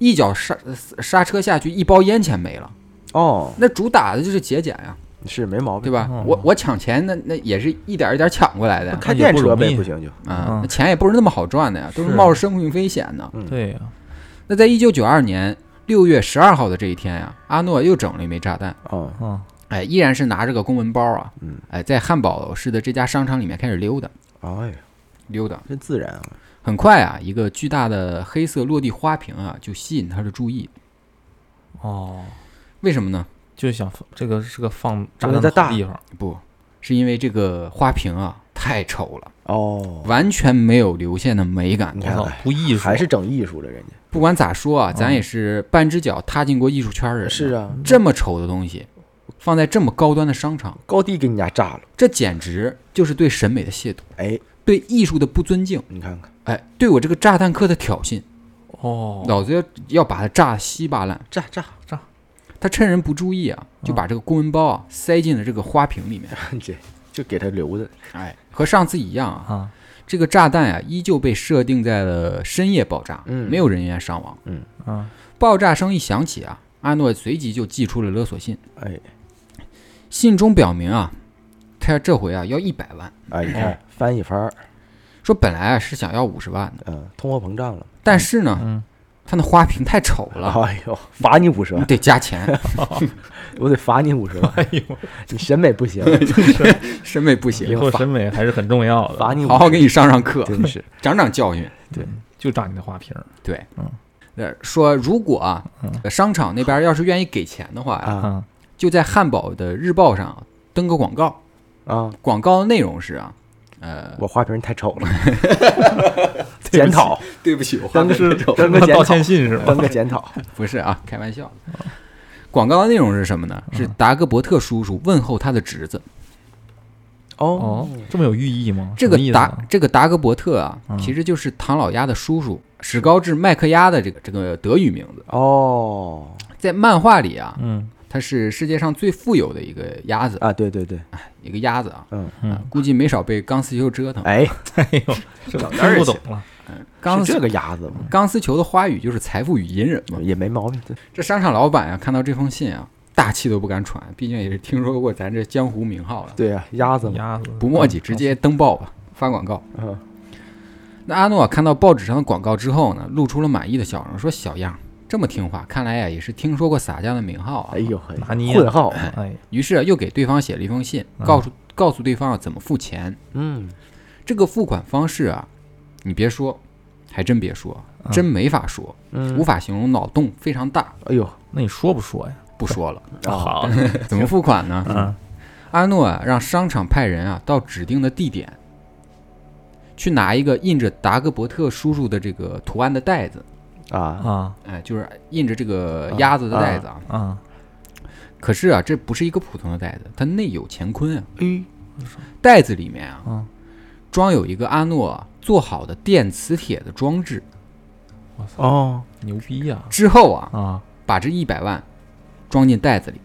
S1: 一脚刹呃刹车下去，一包烟钱没了。
S2: 哦，
S1: 那主打的就是节俭呀、
S2: 是没毛
S1: 对
S2: 病，
S1: 吧
S3: 哦？
S1: 我我抢钱，那那也是一点一点抢过来的呀。
S2: 开电车
S3: 也
S2: 呗，
S3: 不
S2: 不
S3: 容
S2: 行就
S1: 啊
S3: 嗯，
S1: 那钱也不是那么好赚的呀，都是
S3: 是
S1: 冒着生命危险呢。
S2: 嗯
S3: 对呀，
S1: 那在一九九二年六月十二号的这一天呀、阿诺又整了一枚炸弹，
S2: 啊，
S3: 啊，
S1: 哎，依然是拿着个公文包啊
S2: 嗯，
S1: 哎，在汉堡市的这家商场里面开始溜达
S2: 哎呀，
S1: 溜达。
S2: 真自然啊，
S1: 很快啊，一个巨大的黑色落地花瓶啊，就吸引他的注意。
S3: 哦，
S1: 为什么呢？
S3: 就想放这个是个放炸
S2: 觉得
S3: 弹的
S2: 大
S3: 好地方，
S1: 不是因为这个花瓶啊太丑了，
S2: 哦，
S1: 完全没有流线的美感
S2: 你。
S3: 我
S2: 看
S3: 操
S2: 哎，
S3: 不艺术，
S2: 还是整艺术了，人家
S1: 不管咋说啊，咱
S3: 嗯
S1: 也是半只脚踏进过艺术圈儿的人。
S2: 是，啊，
S1: 这么丑的东西，放在这么高端的商场。
S2: 高低给你家炸了，
S1: 这简直就是对审美的亵渎，
S2: 哎，
S1: 对艺术的不尊敬，
S2: 你看看，
S1: 哎，对我这个炸弹客的挑衅，
S3: 哦，
S1: 老子要要把他炸得稀巴烂。
S2: 炸炸，
S1: 他趁人不注意啊，
S3: 哦
S1: 就把这个公文包啊塞进了这个花瓶里 面。
S2: 这就给他留着，
S1: 哎，和上次一样啊，
S3: 啊，
S1: 这个炸弹啊依旧被设定在了深夜爆炸，
S2: 嗯
S1: 没有人员伤亡。
S3: 啊，
S1: 爆炸声一响起啊，阿诺随即就寄出了勒索信，
S2: 哎
S1: 信中表明啊，他这回啊要一百万，
S2: 哎，你看翻一番儿，
S1: 说本来啊是想要五十万的，
S2: 嗯，通货膨胀了，
S1: 但是呢，
S3: 嗯，哦
S1: 他那花瓶太丑了，
S2: 哎呦，罚你五十
S1: 你
S2: 万，
S1: 得加钱。
S2: 我得罚你五十万，
S3: 哎呦，
S2: 你审美不行，
S1: 审美不
S3: 以
S1: 行，
S3: 后审美还是很重要的，
S2: 罚你
S1: 好好给你上上课，
S2: 真是
S1: 长长教训。
S3: 就炸你的花瓶儿
S1: 对，
S3: 嗯
S1: 呃，说如果啊，
S3: 嗯
S1: 商场那边要是愿意给钱的话呀，
S2: 啊
S3: 啊，
S1: 就在汉堡的日报上啊登个广告，
S2: 啊！
S1: 广告的内容是啊，呃，
S2: 我花瓶太丑了，检讨，
S1: 对不起，我
S2: 登个 登个
S3: 跟
S2: 检
S3: 道
S2: 讨
S3: 歉，信是吧
S2: 登？个检讨，
S1: 不是啊，开玩笑
S3: 嗯
S1: 的。广告的内容是什么呢？是达格伯特叔叔问候他的侄子。
S2: 哦
S3: 哦，这么有寓意吗？
S1: 这个
S3: 什么意思
S1: 达
S3: 啊
S1: 这个达格伯特啊，
S3: 嗯
S1: 其实就是唐老鸭的叔叔，史高治麦克亚的这个这个德语名字，
S2: 哦，
S1: 在漫画里啊，
S3: 嗯
S1: 它是世界上最富有的一个鸭子，
S2: 啊，对对对，
S1: 一个鸭子啊，
S2: 嗯，
S3: 嗯，
S1: 估计没少被钢丝球折腾。
S2: 哎，
S3: 哎呦，这
S2: 长点
S3: 听
S2: 儿
S3: 不
S2: 也行
S3: 懂了，
S1: 钢
S2: 是这
S1: 丝
S2: 个鸭子嘛，
S1: 钢丝球的花语就是财富与隐忍
S3: 嗯
S1: 嘛。
S2: 也没毛病，对
S1: 这商场老板啊，看到这封信啊，大气都不敢喘，毕竟也是听说过咱这江湖名号了，
S2: 对呀，鸭子嘛，
S3: 鸭子
S1: 不墨迹，直接登报吧，发广告。
S2: 嗯，
S1: 那阿诺啊看到报纸上的广告之后呢，露出了满意的笑容，说：“小样，这么听话，看来呀、也是听说过洒家的名号啊
S2: 哎。呦嘿，
S3: 拿捏
S2: 混号，
S3: 哎，”
S1: 于是啊又给对方写了一封信，
S3: 嗯
S1: 告诉告诉对方啊怎么付钱。
S2: 嗯，
S1: 这个付款方式啊，你别说，还真别说，
S3: 嗯
S1: 真没法说，
S2: 嗯
S1: 无法形容，脑洞非常大。
S2: 哎呦，
S3: 那你说不说呀？
S1: 不说了，
S2: 啊，
S3: 好，
S1: 怎么付款呢？
S3: 嗯，
S1: 阿诺啊，让商场派人啊到指定的地点，去拿一个印着达格伯特叔叔的这个图案的袋子，
S2: 啊，
S3: 啊
S1: 哎，就是印着这个鸭子的袋子啊。
S3: 啊，
S1: 可是啊，这不是一个普通的袋子，它内有乾坤啊。
S2: 哎，
S1: 袋子里面啊，
S3: 嗯
S1: 装有一个阿诺啊做好的电磁铁的装置。
S3: 我操，
S2: 哦，
S3: 牛逼呀！
S1: 之后啊，
S3: 啊，
S1: 把这一百万装进袋子里，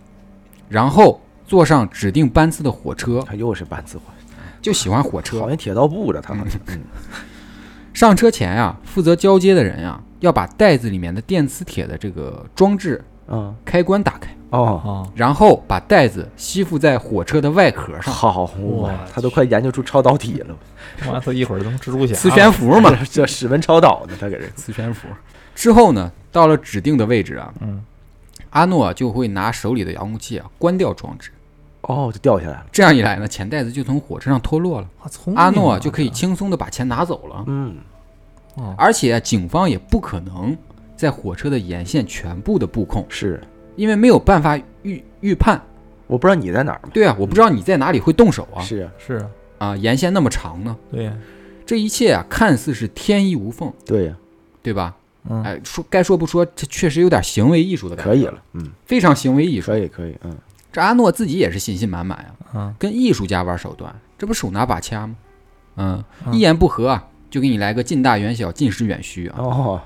S1: 然后坐上指定班次的火车，
S2: 他又是半自环，
S1: 就喜欢火车
S2: 讨。厌铁道部的他好像，嗯
S1: 上车前啊，负责交接的人啊，要把袋子里面的电磁铁的这个装置
S2: 嗯，
S1: 开关打开，
S2: 哦，
S3: 啊，
S1: 然后把袋子吸附在火车的外壳上，
S2: 好
S3: 我
S2: 哇，他都快研究出超导体了，
S3: 我操，一会儿能蜘蛛侠了，
S1: 磁悬浮嘛，
S2: 这史文超导呢，他给人，
S1: 磁悬浮。之后呢，到了指定的位置啊，
S3: 嗯，
S1: 阿诺啊就会拿手里的遥控器啊关掉装置。
S2: 哦，就掉下来了，
S1: 这样一来呢，钱袋子就从火车上脱落了，
S3: 哇聪明啊
S1: 阿诺啊就可以轻松的把钱拿走了。
S2: 嗯，
S3: 哦
S1: 而且啊警方也不可能在火车的沿线全部的布控，
S2: 是，
S1: 因为没有办法预预判。
S2: 我不知道你在哪儿嘛，
S1: 对啊，我不知道你在哪里会动手啊
S2: 是啊，
S3: 是啊，
S1: 啊！沿线那么长呢，
S3: 对呀，
S1: 这一切啊看似是天衣无缝，
S2: 对呀，
S1: 对吧？
S3: 嗯，
S1: 哎，说该说不说，这确实有点行为艺术的感觉，
S2: 可以了，嗯，
S1: 非常行为艺术。
S2: 可以可以，嗯，
S1: 这阿诺自己也是信心满满啊，
S3: 嗯
S1: 跟艺术家玩手段，这不手拿把掐吗？嗯，
S3: 嗯
S1: 一言不合啊，就给你来个近大远小，近实远虚啊。
S2: 哦，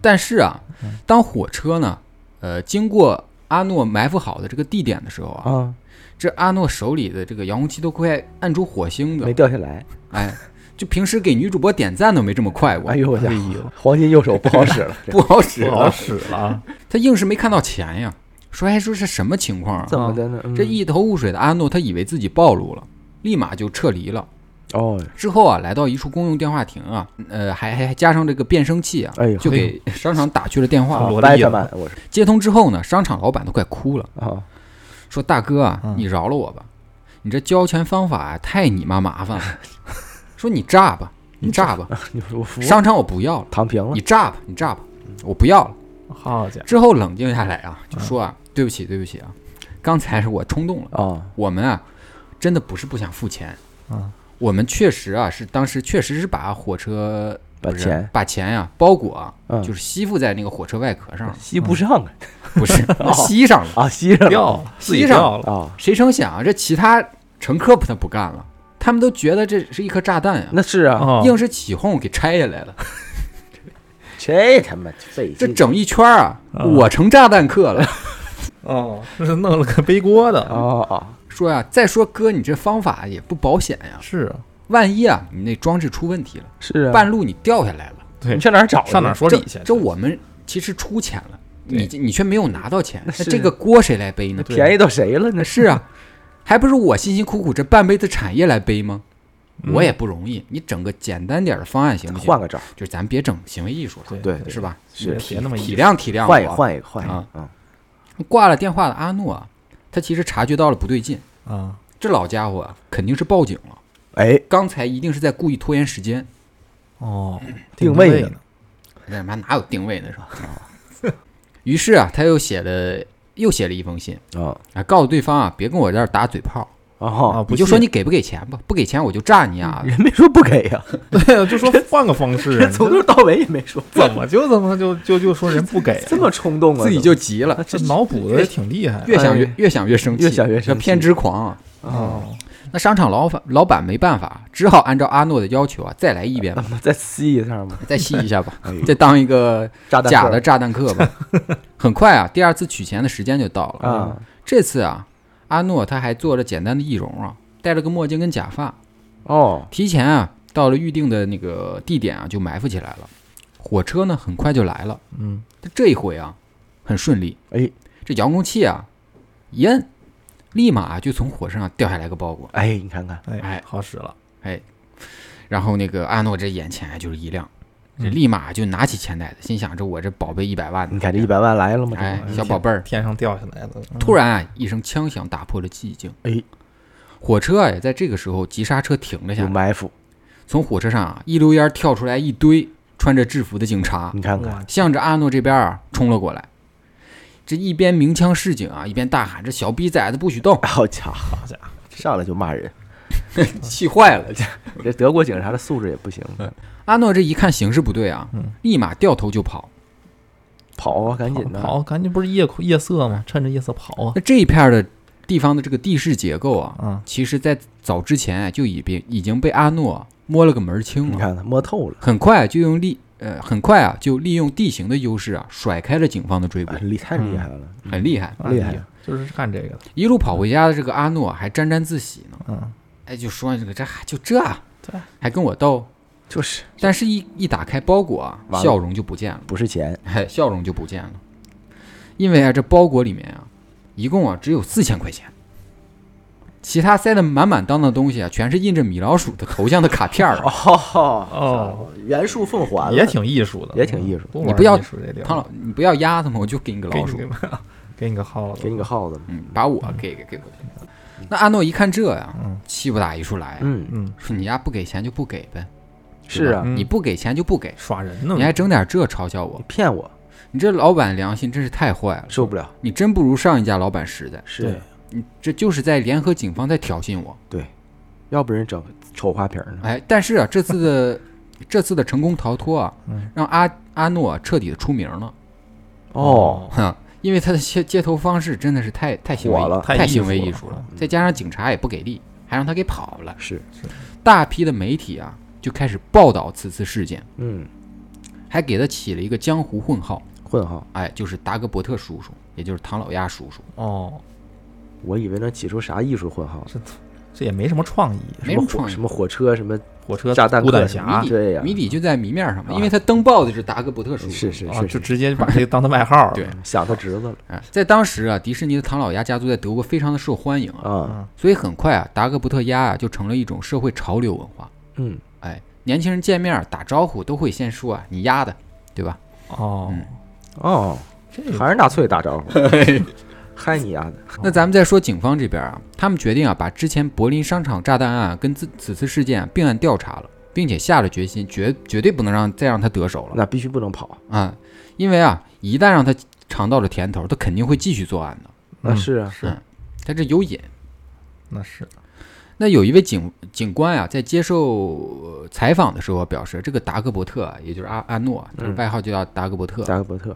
S1: 但是啊，
S2: 嗯
S1: 当火车呢，呃，经过阿诺埋伏好的这个地点的时候啊，
S2: 啊，
S1: 这阿诺手里的这个遥控器都快按出火星
S2: 没
S1: 子，
S2: 掉下来，
S1: 哎，就平时给女主播点赞都没这么快过
S2: 哎，呦我
S3: 哎
S2: 天，
S3: 呦，
S2: 黄金右手 不好使了，这
S1: 不好使
S3: 不
S1: 了
S3: 好。使了，
S1: 他硬是没看到钱呀，说哎说是什么情况啊？
S2: 怎么的呢？嗯
S1: 这一头雾水的阿诺，他以为自己暴露了，立马就撤离了。
S2: 哦，
S1: 之后啊，来到一处公用电话亭啊，呃，还还还加上这个变声器啊，
S2: 哎呦
S1: 就给商场打去了电话。
S3: 好
S2: 啊
S3: 罗
S2: 掰
S3: 莉
S2: 他
S3: 了
S2: 们，我是
S1: 接通之后呢，商场老板都快哭了，
S2: 啊，
S1: 说：“大哥啊
S3: 嗯，
S1: 你饶了我吧，你这交钱方法啊，太你妈麻烦 了。说你炸吧，你炸吧，
S2: 啊你嗯说我服
S1: 商场我不要了，
S2: 躺平了
S1: 你，炸吧，你炸吧，我不要了。”
S3: 好 家伙，
S1: 之后冷静下来啊，
S2: 嗯
S1: 就说啊，对不起，对不起啊，刚才是我冲动了，
S2: 啊，
S1: 我们啊，真的不是不想付钱，
S3: 嗯，
S1: 我们确实啊是当时确实是把火车
S2: 把
S1: 不是
S2: 钱
S1: 把钱呀、包裹啊、
S2: 嗯
S1: 就是吸附在那个火车外壳 上了，
S2: 吸不上啊
S1: 不是吸上了。
S2: 啊，吸上了
S3: 掉了，自己
S1: 吸上
S3: 掉了，
S2: 啊，
S1: 谁成想啊，这其他乘客不他不干了，他们都觉得这是一颗炸弹呀、
S2: 那是啊，
S3: 啊
S1: 硬是起哄给拆下来 了，
S2: 这他妈费
S1: 这
S2: 劲
S1: 整一圈啊，
S3: 啊
S2: 嗯
S1: 我成炸弹客了。
S3: 哦，这是弄了个背锅的，
S2: 啊啊，
S1: 说呀、再说哥，你这方法也不保险呀、
S3: 是啊，
S1: 万一啊，你那装置出问题了，
S2: 是啊，
S1: 半路你掉下来了，
S3: 对
S2: 你，上哪儿找去？
S3: 上哪儿说理去
S1: 这？这我们其实出钱了，
S3: 对
S1: 你你却没有拿到钱，
S2: 那
S1: 那
S2: 是
S1: 这个锅谁来背呢
S2: 那？便宜到谁了呢？
S1: 是啊，还不是我辛辛苦苦这半辈子产业来背吗？
S3: 嗯
S1: 我也不容易，你整个简单点儿的方案行不行？
S2: 换个招儿，
S1: 就是咱别整行为艺术了，
S3: 对
S2: 对
S1: 是吧？
S2: 是
S3: 别别那么
S1: 体
S3: 意思
S1: 谅体谅我，
S2: 换一个，换一个，换一
S1: 啊
S2: 个，嗯，
S1: 挂了电话的阿诺啊，他其实察觉到了不对劲，
S3: 啊，
S1: 这老家伙啊肯定是报警了，
S2: 哎，
S1: 刚才一定是在故意拖延时间。
S3: 哦，
S2: 定位
S3: 呢
S2: 呢，
S1: 那他妈哪有定位那是吧？ 于是啊，他又写了又写了一封信
S2: 啊
S1: 啊，告诉对方啊，别跟我这儿打嘴炮，
S2: 啊，
S3: 啊，
S1: 哦你
S3: 不
S1: 就说
S3: 信
S1: 你给不给钱吧，不给钱我就炸你啊丫的。
S2: 人没说不给呀，
S3: 对啊，就说换个方式啊，你
S2: 从头到尾也没说，
S3: 这 怎么就怎么就就就说人不给啊，
S2: 这么冲动啊？
S1: 自己就急了，
S3: 这脑补的也挺厉害啊
S1: 越想越
S2: 哎
S1: 越想越生气，
S2: 越想越
S1: 这
S2: 生气
S1: 偏执狂啊！
S2: 啊，
S1: 那商场老板老板没办法，只好按照阿诺的要求啊，再来一遍吧，
S2: 再吸一下嘛，
S1: 再吸一下吧，
S2: 嗯哎呦
S1: 再当一个
S2: 炸弹
S1: 假
S2: 客
S1: 的炸弹客吧。很快啊，第二次取钱的时间就到了。
S2: 啊，
S1: 这次啊，阿诺他还做了简单的易容啊，戴了个墨镜跟假发，
S2: 哦，
S1: 提前啊到了预定的那个地点啊就埋伏起来了。火车呢很快就来了，
S3: 嗯，
S1: 但这一回啊很顺利，
S2: 哎
S1: 这遥控器啊一摁，立马就从火车上掉下来个包裹，
S2: 哎，你看看，
S1: 哎
S3: 哎，好使了，
S1: 然后那个阿诺这眼前啊就是一亮，这
S3: 嗯
S1: 立马就拿起钱袋子，心想这我这宝贝一百万呢，
S2: 你嗯看这一百万来了吗？
S1: 哎
S3: 这
S1: 小宝贝儿，
S3: 天上掉下来的，嗯
S1: 突然啊一声枪响打破了寂静，
S2: 哎，
S1: 火车啊也在这个时候急刹车停了
S2: 这
S1: 下
S2: 有
S1: 来，
S2: 埋伏，
S1: 从火车上啊一溜烟儿跳出来一堆穿着制服的警察，
S2: 你看看，
S3: 哇，
S1: 向着阿诺这边啊冲了过来。这一边鸣枪示警啊，一边大喊：“这小逼崽子不许 动
S2: 好家伙，
S3: 好家伙，
S2: 上来就骂人，！”
S1: 气坏了。这
S2: 这德国警察的素质也不行，
S1: 阿诺这一看形势不对啊
S3: 嗯，
S1: 立马掉头就跑。
S2: 跑啊，赶紧的，
S3: 跑，赶紧不是夜空夜色吗？趁着夜色跑啊，
S1: 那这一片的地方的这个地势结构啊，
S3: 啊，
S1: 其实在早之前啊就已被已经被阿诺摸了个门儿清
S2: 你
S1: 了。
S2: 看看摸透了，
S1: 很快就用力呃，很快啊就利用地形的优势啊，甩开了警方的追捕
S2: 哎，厉太厉害了，
S1: 很厉害。
S3: 啊
S2: 厉害，
S3: 就是干这个的，
S1: 一路跑回家的这个阿诺啊还沾沾自喜呢，
S3: 嗯，
S1: 哎，就说这个这还就这啊
S3: 对，
S1: 还跟我斗
S2: 就是
S1: 但是一，一打开包裹啊，
S2: 完了
S1: 笑容就不见了，
S2: 不是钱，
S1: 哎，笑容就不见了，因为啊，这包裹里面啊，一共啊只有四千块钱，其他塞得满满当当的东西啊，全是印着米老鼠的头像的卡片 儿啊。
S2: 哦，袁术奉还了，
S3: 也挺艺术的，
S2: 也挺艺术
S3: 嗯
S1: 你不要
S3: 多玩艺术这点儿
S1: 胖老，你不要鸭子嘛，我就给你个
S3: 给
S1: 老
S3: 你
S1: 鼠，
S3: 个 给你个耗子，
S2: 给你个耗子，
S1: 嗯，把我给给给我。那阿诺一看这呀、
S3: 嗯
S1: 气不打一处来，
S2: 嗯，
S3: 嗯，
S1: 说你丫不给钱就不给呗，
S2: 是啊，
S3: 嗯
S1: 你不给钱就不给，
S3: 耍人呢，
S1: 你还整点这嘲笑我
S2: 你，骗我
S1: 你这老板良心真是太坏了，
S2: 受不了，
S1: 你真不如上一家老板实在。
S2: 是，
S1: 这就是在联合警方在挑衅我。
S2: 要不然整丑花瓶呢，
S1: 哎，但是啊，这次的这次的成功逃脱啊
S3: 嗯，
S1: 让阿阿诺啊彻底的出名了，
S2: 哦，
S1: 哼，因为他的街街头方式真的是太太行为
S2: 火了
S1: 太
S3: 哦太艺
S1: 行
S3: 术
S1: 为
S3: 了
S1: 艺术了，
S2: 嗯
S1: 再加上警察也不给力，还让他给跑了，
S2: 是，
S1: 大批的媒体啊就开始报道此次事件，
S2: 嗯，
S1: 还给他起了一个江湖混号，
S2: 混号，
S1: 哎，就是达格伯特叔叔，也就是唐老鸭叔叔，
S3: 哦，
S2: 我以为能起出啥艺术混号，
S3: 这也没什么创意，
S1: 没
S2: 什
S1: 什
S2: 么
S1: 么创
S2: 火
S1: 意
S2: 什。么火车什么，
S3: 火车
S2: 炸弹
S3: 孤
S2: 客
S3: 胆
S2: 什
S3: 侠
S1: 谜底
S2: 对呀
S1: 谜底就在谜面上嘛，
S2: 啊
S1: 因为他登报的就是达格伯特叔叔，
S2: 是是
S3: 啊，
S2: 是，
S3: 就是直接把这个当他外号了，
S1: 对
S2: 想他侄子了
S1: 哎，在当时啊，迪士尼的唐老鸭家族在德国非常的受欢迎啊，
S2: 啊，
S3: 嗯，
S1: 所以很快啊，达格伯特鸭啊就成了一种社会潮流文化。
S2: 嗯，
S1: 哎，年轻人见面打招呼都会先说啊，你鸭的，对吧？
S3: 哦，
S2: 哦，
S3: 这个
S2: 嗯还是纳粹打招呼，嗨你丫的，
S1: 那咱们再说警方这边啊，他们决定啊，把之前柏林商场炸弹案、啊跟此此次事件、啊、并案调查了，并且下了决心，绝绝对不能让再让他得手了
S2: 那必须不能跑，
S1: 啊、因为啊，一旦让他尝到了甜头，他肯定会继续作案的，
S2: 那
S3: 嗯
S2: 是啊，嗯
S3: 是
S1: 他这有瘾。
S3: 那是
S1: 那有一位警警官啊，在接受呃采访的时候表示，这个达格伯特啊，也就是阿阿诺啊，他的
S2: 嗯
S1: 外号就叫达格伯特，
S2: 加个伯特，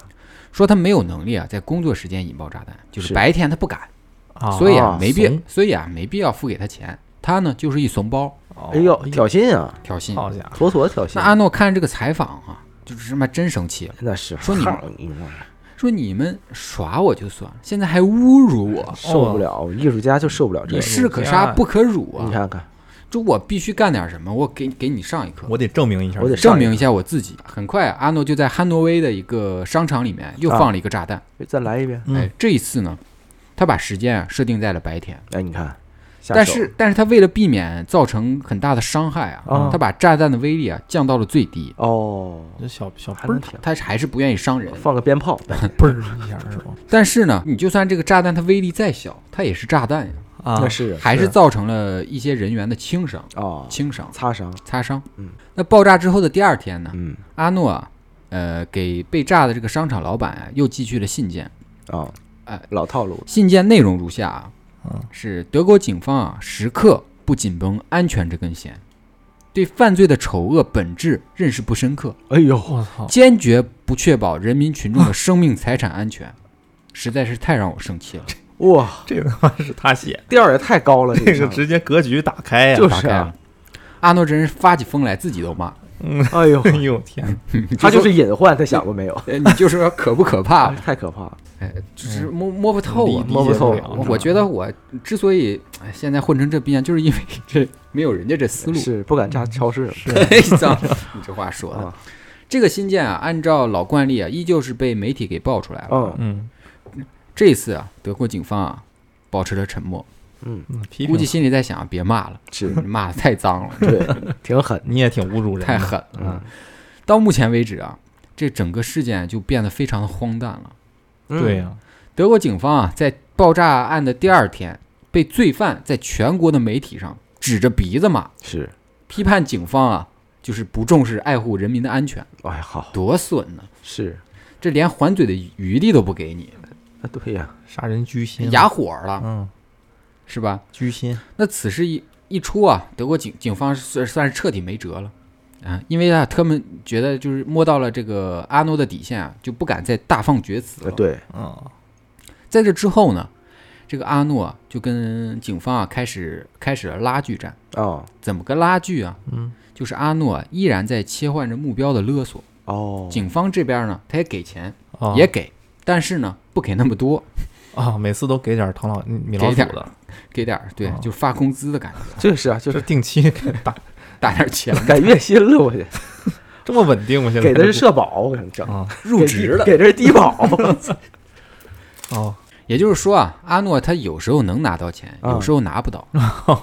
S1: 说他没有能力啊，在工作时间引爆炸弹，就是
S2: 是
S1: 白天他不敢，
S3: 啊，
S1: 所以啊没必
S3: 怂
S1: 所以啊没必要付给他钱，他呢就是一怂包
S3: 哦
S2: 哎呦，挑衅啊，
S1: 挑衅。
S3: 好家伙，
S2: 妥妥挑衅，
S1: 那阿诺看这个采访啊，就是他妈真生气了，
S2: 那是
S1: 说你
S2: 哈你妈
S1: 说你们耍我就算了，现在还侮辱我，
S2: 受不了，艺术家就受不了
S1: 你
S2: 这个，
S1: 士可杀不可辱
S2: 嗯你
S1: 啊！
S2: 看看，
S1: 就我必须干点什么，我给给你上一课。
S3: 我得证明一下，
S2: 我得
S1: 证明一下我自己。很快啊，阿诺就在汉诺威的一个商场里面又放了一个炸弹。
S2: 再来一遍，
S3: 嗯
S1: 哎，这一次呢，他把时间啊设定在了白天，
S2: 哎，你看，下
S1: 但
S2: 手
S1: 是但是他为了避免造成很大的伤害啊，
S2: 啊
S1: 他把炸弹的威力啊降到了最低。
S2: 哦，
S3: 这小小
S2: 还
S3: 嘣
S2: 能
S3: 儿
S2: 挺，
S1: 他还是不愿意伤人，
S2: 放个鞭炮，
S3: 嘣儿一下是吧？
S1: 但是呢，你就算这个炸弹它威力再小，它也是炸弹呀，
S3: 啊，
S2: 那是
S1: 还是造成了一些人员的轻伤、
S2: 啊，
S1: 轻伤、
S2: 擦伤，
S1: 擦伤
S2: 嗯。
S1: 那爆炸之后的第二天呢，
S2: 嗯
S1: 阿诺啊，呃，给被炸的这个商场老板啊，又寄去了信件，
S2: 啊，
S1: 哎，
S2: 老套路，
S1: 信件内容如下啊
S3: 嗯，
S1: 是德国警方啊时刻不紧绷安全这根弦，对犯罪的丑恶本质认识不深刻，
S2: 哎呦，
S3: 我操，
S1: 坚 决不确保人民群众的生命财产安全，实在是太让我生气了。
S2: 哇，
S3: 这个他妈是他写，
S2: 调儿也太高了，
S3: 这个
S2: 上
S3: 直接格局打开呀、
S2: 就
S1: 打
S2: 是
S1: 开
S2: 啊
S1: 了。阿诺真是发起疯来自己都 骂，
S3: 嗯，
S2: 哎呦，
S3: 哎呦天，
S2: 他就是隐患，他想过没有？
S1: 呃你就说可不可怕？
S2: 太可怕了，
S1: 哎，就是摸摸不透
S3: 理
S1: 啊。
S2: 摸不透
S3: 理解了
S1: 我我觉得我之所以哎现在混成这逼样，就是因为这没有人家这思路。
S2: 是不敢炸超市了
S3: 是
S1: 哎，操！ 你这话说的
S2: 啊，，
S1: 这个新建啊，按照老惯例啊，依旧是被媒体给爆出来了。
S2: 嗯
S3: 嗯
S1: 这一次啊，德国警方啊，保持了沉默，
S2: 嗯，
S3: 嗯，批
S1: 估计
S3: 评
S1: 心里在想，别骂了，
S2: 是
S1: 骂的太脏 了，
S2: 对，挺狠，
S3: 你也挺侮辱人的，
S1: 太狠了。
S2: 嗯
S1: 到目前为止啊，这整个事件就变得非常的荒诞了。
S3: 对
S2: 呀，
S3: 呀、
S1: 德国警方啊，在爆炸案的第二天，被罪犯在全国的媒体上指着鼻子骂，
S2: 是，
S1: 批判警方啊，就是不重视爱护人民的安全，
S2: 哎，好，
S1: 多损呢、
S2: 是，
S1: 这连还嘴的余地都不给你，
S2: 啊，对呀，
S3: 杀人居心，
S1: 哑火了，
S3: 嗯，
S1: 是吧？
S3: 居心，
S1: 那此事一一出啊，德国警警方算算是彻底没辙了。啊，因为啊，他们觉得就是摸到了这个阿诺的底线啊，就不敢再大放厥词
S2: 啊
S1: 了。
S2: 对，
S3: 嗯，
S1: 在这之后呢，这个阿诺啊就跟警方啊开始开始了拉锯战。
S2: 哦，
S1: 怎么个拉锯啊？
S3: 嗯，
S1: 就是阿诺啊依然在切换着目标的勒索。
S2: 哦，
S1: 警方这边呢，他也给钱，
S3: 啊
S1: 也给，但是呢，不给那么多，
S3: 啊，每次都给点儿唐老米老
S1: 给
S3: 鼠
S1: 点
S3: 的，
S1: 给点儿，对，
S3: 哦
S1: 就发工资的感觉，
S2: 就是啊，就
S3: 就是是定期给打，
S1: 打点 钱。
S2: 改月薪了，我去，
S3: 这么稳定吗？现在
S2: 给的是
S3: 这
S2: 社保，我跟你整，
S3: 啊
S1: 入职了。
S2: 给的是低 保，
S3: 哦，
S1: 也就是说啊，阿诺他有时候能拿到钱，
S2: 啊
S1: 有时候拿不 到，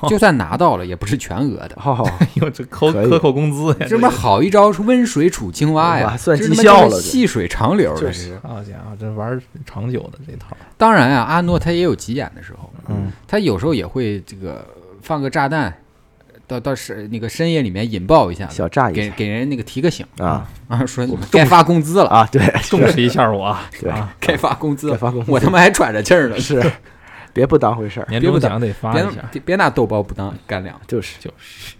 S1: 就算拿到了，也不是全额的。
S2: 好好，
S3: 哎 呦，这扣
S2: 可以
S3: 克扣工资 呀，
S1: 这他妈好一招是温水煮青蛙呀，
S2: 哇算
S1: 这他妈
S2: 绩效
S1: 就是
S2: 了这
S1: 细水长流的。
S2: 就
S1: 这
S2: 是
S1: 是
S3: 好家伙，啊这玩儿长久的这套，
S1: 当然啊，阿诺他也有急眼的时候，
S3: 嗯，
S1: 他有时候也会这个放个炸弹，到到是那个深夜里面引爆一下子，
S2: 小炸一
S1: 给
S2: 下
S1: 给人那个提个醒
S2: 啊
S1: 啊，说你该发工资了，
S2: 啊， 对，
S3: 重视一下我啊，
S2: 对
S3: 啊
S1: 该发工资
S2: 给
S1: 了，
S2: 发工资，
S1: 我他妈还喘着气儿呢，
S2: 是，别不当回事儿，
S3: 年
S1: 别不
S3: 终
S1: 打
S3: 奖得发一下，
S1: 别别拿豆包不当干粮。
S2: 就是
S3: 就是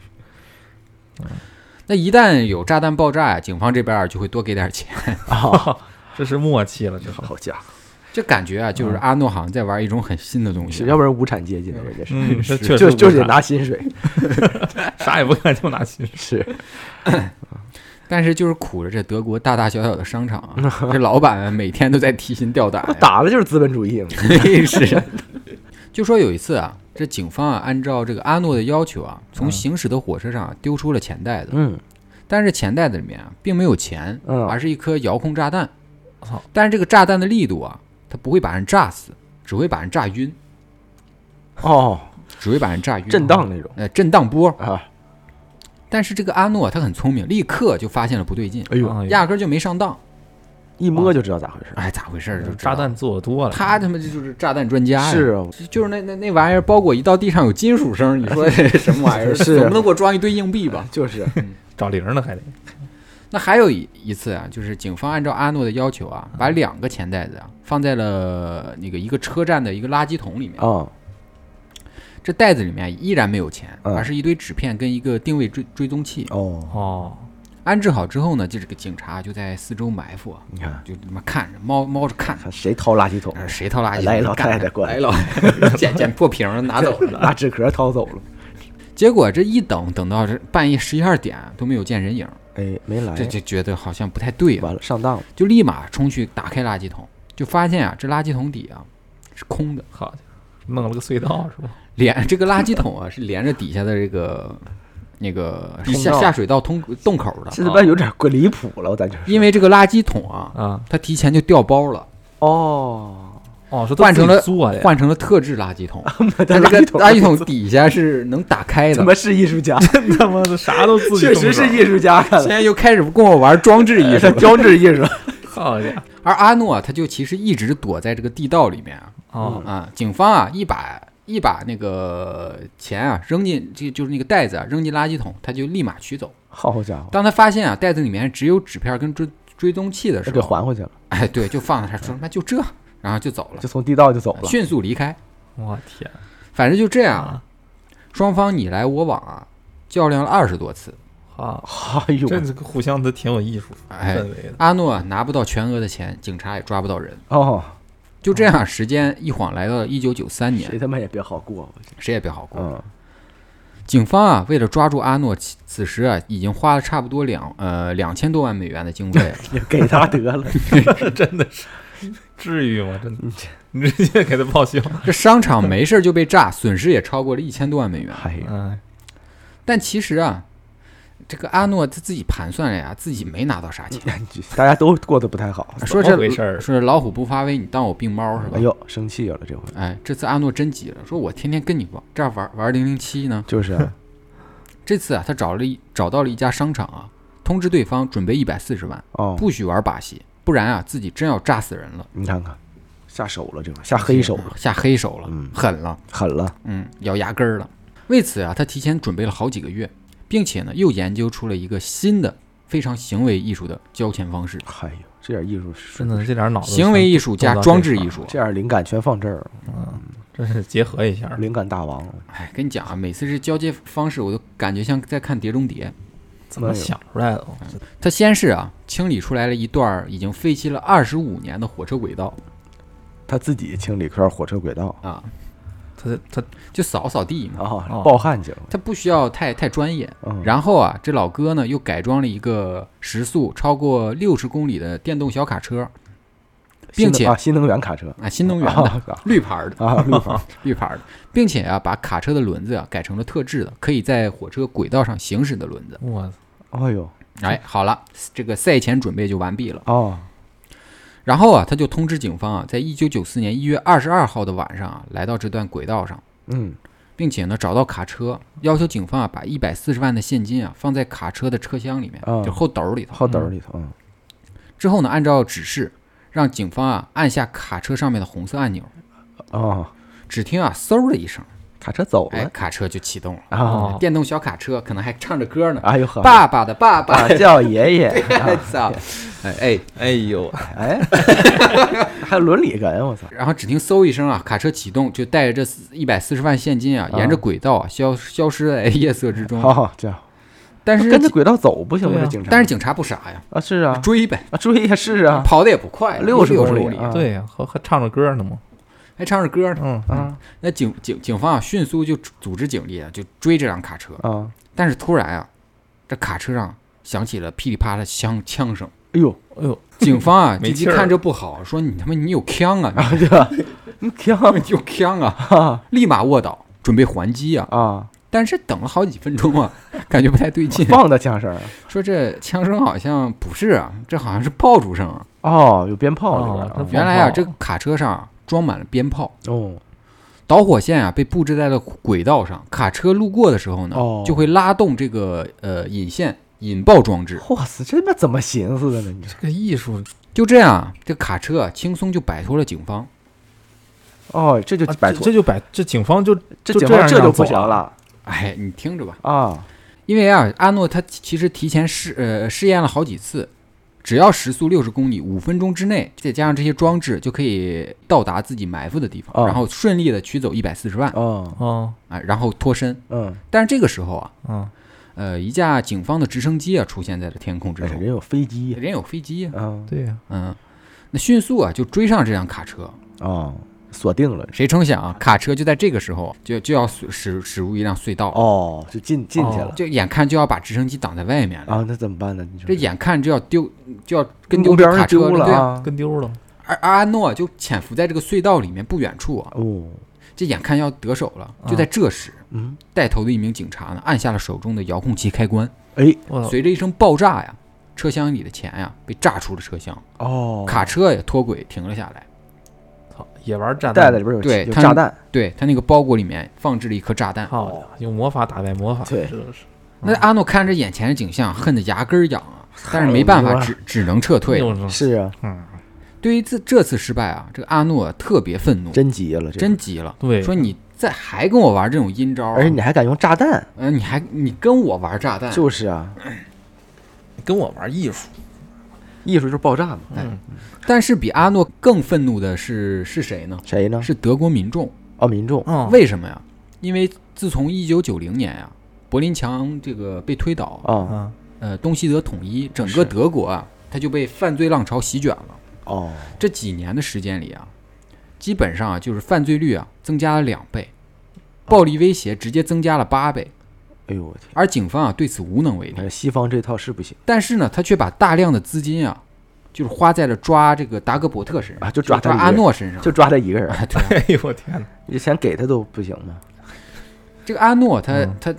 S1: 那一旦有炸弹爆炸呀，警方这边儿就会多给点钱，
S2: 啊，
S3: 这是默契了，这是，
S2: 好家伙，
S1: 这感觉啊，
S2: 嗯
S1: 就是阿诺好像在玩一种很新的东
S2: 是，
S1: 西。啊
S2: 要不然无产阶级呢，人家是。
S3: 嗯，这确实
S2: 就
S3: 不
S2: 就是
S3: 差
S2: 得拿薪水，
S3: 啥也不干就拿薪水，
S2: 是
S1: 但是就是苦着这德国大大小小的商场 啊，这老板啊每天都在提心吊胆呀。
S2: 嗯 打了就是资本主义嘛，
S1: 是， 就说有一次啊，这警方啊按照这个阿诺的要求啊，从
S3: 嗯
S1: 行驶的火车上啊丢出了钱袋子，
S2: 嗯
S1: 但是钱袋子里面啊并没有钱，
S2: 嗯哦
S1: 而是一颗遥控炸弹
S3: 操。
S1: 但是这个炸弹的力度啊，它不会把人炸死，只会把人炸晕，
S2: 哦，
S1: 只会把人炸晕。
S2: 震，荡那种
S1: 呃，震荡波。
S2: 啊，
S1: 但是这个阿诺啊他很聪明，立刻就发现了不对劲，
S2: 哎呦，
S3: 啊
S1: 压根儿就没上当。
S2: 一摸就知道咋回事儿，
S1: 哎，咋回事
S2: 嗯
S1: 儿？就知道
S3: 炸，弹做多了，
S1: 他他妈这就是炸弹专家呀！
S2: 是啊，
S1: 就是那那那玩意儿包裹一到地上有金属声，你说这什么玩意儿？
S2: 是
S1: 总不能给我装一堆硬币吧？
S2: 就是
S3: 找零呢还得，
S1: 那还有一一次啊，就是警方按照阿诺的要求啊，
S2: 嗯
S1: 把两个钱袋子啊放在了那个一个车站的一个垃圾桶里面。
S2: 啊，
S1: 这袋子里面依然没有钱，
S2: 嗯
S1: 而是一堆纸片跟一个定位追追踪器。
S2: 哦，
S3: 哦，
S1: 安置好之后呢，就这个警察就在四周埋伏啊，
S2: 你看
S1: 就他妈看着猫猫着看着。
S2: 看谁掏垃圾桶，
S1: 呃谁掏垃圾？
S2: 来一老太太过来
S1: 来一老捡捡破瓶儿拿走了。
S2: 拿纸壳掏走了，
S1: 结果这一等等到这半夜十一二点都没有见人影，
S2: 哎，没来
S1: 这，就觉得好像不太对了，
S2: 完了上当了，
S1: 就立马冲去打开垃圾桶，就发现啊，这垃圾桶底啊是空的，
S3: 好家伙，弄了个隧道是吧？
S1: 连这个垃圾桶啊是连着底下的这个那个
S2: 通
S1: 下
S2: 道
S1: 下水道通洞口的，
S2: 这他妈有点鬼离谱了，咱就是，
S1: 因为这个垃圾桶啊，
S3: 啊，
S1: 它提前就掉包了，
S2: 哦，
S3: 哦，说都
S1: 换成
S3: 自己
S1: 了
S3: 做的呀，
S1: 换成了特制垃圾 桶，它
S2: 在
S1: 这个
S2: 哎垃圾桶
S1: 垃圾桶底下是能打开
S2: 他
S1: 的。
S2: 妈是艺术 家，
S3: 他妈的啥都自己
S2: 确实
S3: 动手
S2: 是艺术家，看
S1: 现
S2: 来
S1: 在又开始跟我玩装置艺术
S2: 他
S1: 了，
S2: 标 志艺术，
S3: 好家
S1: 而阿诺啊他就其实一直躲在这个地道里面啊，
S3: 伙，哦，
S1: 啊，警方啊一把一把那个钱啊扔进就就是那个袋子啊扔进垃圾桶，他就立马取走。
S2: 好家 伙，
S1: 当他发现啊袋子里面只有纸片跟追追踪器的时
S2: 那给
S1: 候，
S2: 还回去了，
S1: 哎，对，就放在那儿说那就这，然后就走了，
S2: 就从地道就走了，
S1: 迅速离开。
S3: 我天
S1: 反正就这样啊
S3: 啊，，
S1: 双方你来我往啊，较量了二十多次。
S3: 好，
S2: 哎呦，
S3: 这这个互相都挺有艺术
S1: 哎
S2: 嗯
S3: 氛围的，
S1: 阿诺啊拿不到全额的钱，警察也抓不到人。
S2: 哦，
S1: 就这样，时间一晃来到一九九三年
S2: 谁，他妈也别好过，我觉
S1: 谁也别好
S2: 得
S1: 过。
S2: 嗯，
S1: 警方啊，为了抓住阿诺，此此时啊已经花了差不多两呃两千多万美元的经 费了。
S2: 也给他得了，
S3: 真的是，至于吗？真的，你直接给他报销。
S1: 这商场没事儿就被炸，损失也超过了一千多万美元。
S2: 哎 呀，
S3: 哎，
S1: 但其实啊，这个阿诺他自己盘算了呀，自己没拿到啥钱。
S2: 哎大家都过得不太 好。
S1: 说
S3: 嗯
S1: 这
S3: 怎么回事儿
S1: 说老虎不发威，你当我病猫是吧
S2: 哎？呦，生气了这回，
S1: 哎，这次阿诺真急了，说我天天跟你玩，这儿玩玩零零七呢。
S2: 就是 啊
S1: 这次啊，他找了一找到了一家商场啊，通知对方准备一百四十万，
S2: 哦，
S1: 不许玩把戏，不然啊自己真要炸死人了，
S2: 你看看，下手了这回，下黑手了，
S1: 下黑手了
S2: 嗯，
S1: 狠了，
S2: 狠了，
S1: 嗯，咬牙根儿了。为此啊，他提前准备了好几个月，并且呢又研究出了一个新的非常行为艺术的交钱方式，
S2: 哎呦，这点艺术
S3: 真的这点脑子，
S1: 行为艺术加
S3: 动到这
S1: 装置
S3: 一块
S1: 艺
S3: 儿
S1: 术。
S2: 这样灵感全放这儿，
S3: 真是结合一下。
S2: 灵感大王，
S1: 哎，跟你讲啊，每次这交接方式，我都感觉像在看《碟中谍》。
S3: 怎么想出来的？哦我真的
S1: 他先是啊清理出来了一段儿已经废弃了二十五年的火车轨道
S2: 他自己清理一块火车轨道，
S1: 啊，
S3: 他他
S1: 就扫扫地嘛。
S2: 啊，
S3: 哦
S2: 暴汗去了，
S1: 他不需要太太专业。
S2: 嗯，
S1: 然后啊，这老哥呢又改装了一个时速超过六十公里的电动小卡车
S2: 新
S1: 并
S2: 能
S1: 且
S2: 啊，新能源卡车，
S1: 啊，新能源的、
S2: 啊
S1: 绿牌儿的
S2: 啊，绿房，
S1: 绿牌儿的，并且啊把卡车的轮子啊改成了特制的，可以在火车轨道上行驶的轮子。
S3: 我操
S2: 哎呦，
S1: 哎，好了，这个赛前准备就完毕了。
S2: 哦，
S1: 然后啊，他就通知警方啊，在一九九四年一月二十二号的晚上啊，来到这段轨道上，
S2: 嗯，
S1: 并且呢找到卡车，要求警方啊把一百四十万的现金啊放在卡车的车厢里面，
S2: 啊
S1: 就后斗里头。
S2: 好斗里头，嗯，
S1: 之后呢，按照指示，让警方啊按下卡车上面的红色按钮，
S2: 哦，
S1: 只听啊嗖的一声，
S2: 卡车走
S1: 哎，
S2: 了
S1: 卡车就启动了。
S2: 啊，
S1: 电动小卡车可能还唱着歌呢，
S2: 哎呦呵，
S1: 爸爸的爸爸
S2: 啊，，叫爷爷，
S1: 我操！哎哎，
S3: 哎呦，
S2: 哎，还有伦理感，我操！
S1: 然后只听嗖一声啊，卡车启动，就带着这一百四十万现金啊，
S2: 啊
S1: 沿着轨道啊消消失在夜色之中。
S2: 好，哦这样
S1: 嗯但是
S2: 跟着轨道走不行吗？
S3: 对啊
S2: 这警察，
S1: 但是警察不傻呀，
S2: 啊，是啊，
S1: 追呗，
S2: 啊，追也是啊，
S1: 跑的也不快，六
S2: 60
S1: 公
S2: 公里啊
S3: 对呀，还还唱着歌呢嘛。
S1: 还唱着歌呢。
S3: 嗯，
S2: 啊
S1: 那警警警方啊，迅速就组织警力啊，就追这辆卡车。
S2: 啊，
S1: 但是突然啊，这卡车上响起了噼里啪啦的枪枪 声。
S2: 哎呦，
S3: 哎呦，
S1: 警方啊，
S3: 没
S1: 积极
S3: 气儿
S1: 看这不好，说你他妈你有枪啊，
S2: 啊，这个你挺好
S1: 你有枪啊，
S2: 啊
S1: 立马卧倒，准备还击啊。
S2: 啊，
S1: 但是等了好几分钟啊， 感觉不太对 劲，
S2: 放的枪声儿，
S1: 说这枪声好像不是啊，这好像是爆竹声啊。
S2: 哦，有鞭炮里
S3: 哦
S2: 边
S3: 这
S2: 儿
S1: 原来啊，
S3: 放炮
S1: 这个卡车上啊装满了鞭炮，
S2: 哦，
S1: 导火线啊被布置在了轨道上，卡车路过的时候呢，
S2: 哦
S1: 就会拉动这个呃引线引爆装置。
S2: 哦哇塞，这他妈怎么寻思的呢？你这
S3: 这个艺术
S1: 就这样啊，这卡车啊轻松就摆脱了警方。
S2: 哦，这就
S3: 啊
S2: 摆
S3: 这
S2: 脱
S3: 这就摆这警方就
S2: 这
S3: 就
S2: 警
S3: 这
S2: 方
S3: 样
S2: 这
S3: 让
S2: 就不
S3: 走
S2: 行了
S1: 哎，你听着吧，
S2: 啊，
S1: 因为啊，阿诺他其实提前试呃试验了好几次，只要时速六十公里，五分钟之内，再加上这些装置，就可以到达自己埋伏的地方，
S2: 哦
S1: 然后顺利的取走一百四十万，
S2: 哦，
S3: 哦
S1: 哎，然后脱身。
S2: 嗯，
S1: 但是这个时候啊，
S3: 嗯
S1: 呃，一架警方的直升机啊出现在了天空之
S2: 哎
S1: 中
S2: 人，有飞机，
S1: 人有飞机啊，
S2: 嗯
S3: 对呀，
S1: 嗯，那迅速啊就追上这辆卡车，
S2: 哦，锁定了。
S1: 谁成想啊，卡车就在这个时候就就要驶驶驶入一辆隧道，
S2: 哦，就进进去了
S1: 就眼看就要把直升机挡在外面了。
S2: 啊，那怎么办呢？你说
S1: 这眼看就要丢，就要跟
S2: 目
S1: 丢这
S2: 标
S1: 卡车
S2: 是丢了
S1: 对啊，
S2: 啊，
S3: 跟丢了。
S1: 而阿诺就潜伏在这个隧道里面不远处啊，
S2: 哦，
S1: 这眼看要得手了。就在这时，
S2: 嗯，
S1: 带头的一名警察呢，按下了手中的遥控器开关，
S2: 哎，
S3: 我
S1: 随着一声爆炸呀，车厢里的钱呀被炸出了车厢，
S2: 哦，
S1: 卡车也脱轨停了下来。
S3: 操，也玩炸
S2: 袋
S3: 弹
S2: 子里边有
S1: 对
S2: 有
S1: 他
S2: 炸弹，
S1: 对他那个包裹里面放置了一颗炸弹。
S3: 好家伙，用魔法打败魔法，
S2: 对
S3: 这都是
S1: 那阿诺看着眼前的景象，恨得牙根儿痒啊，但是没办
S2: 嗯好
S1: 法，
S2: 吧
S1: 只只能撤退。
S3: 又是
S2: 是啊，
S3: 嗯，
S1: 对于这这次失败啊，这个阿诺特别愤怒，
S2: 真急了，这
S1: 真，急了，
S3: 对，
S1: 说你再还跟我玩这种阴招啊、
S2: 而且你还敢用炸弹，
S1: 呃，你还你跟我玩炸弹，
S2: 就是啊，
S3: 跟我玩艺术，
S2: 艺术就是爆炸嘛，
S1: 哎但是比阿诺更愤怒的是是谁呢？
S2: 谁呢？
S1: 是德国民众。
S2: 哦，民众，
S3: 嗯，
S1: 为什么呀？因为自从一九九零年呀、柏林墙这个被推倒，
S2: 哦
S3: 啊，
S1: 呃，东西德统一，整个德国啊，它就被犯罪浪潮席卷了。
S2: 哦，
S1: 这几年的时间里啊，基本上啊就是犯罪率啊增加了两倍，暴力威胁直接增加了八倍，
S2: 哎呦我天，
S1: 而警方啊对此无能为力
S2: 反。正西方这套是不行
S1: 但是呢，他却把大量的资金啊，就是花在了抓这个达格伯特身上，
S2: 啊就抓
S1: 抓
S2: 他一个
S1: 阿诺身上。
S2: 就抓他一个人，
S1: 啊，对啊，
S3: 哎呦我天哪！
S2: 你钱给他都不行吗？
S1: 这个阿诺他、
S3: 嗯
S1: 他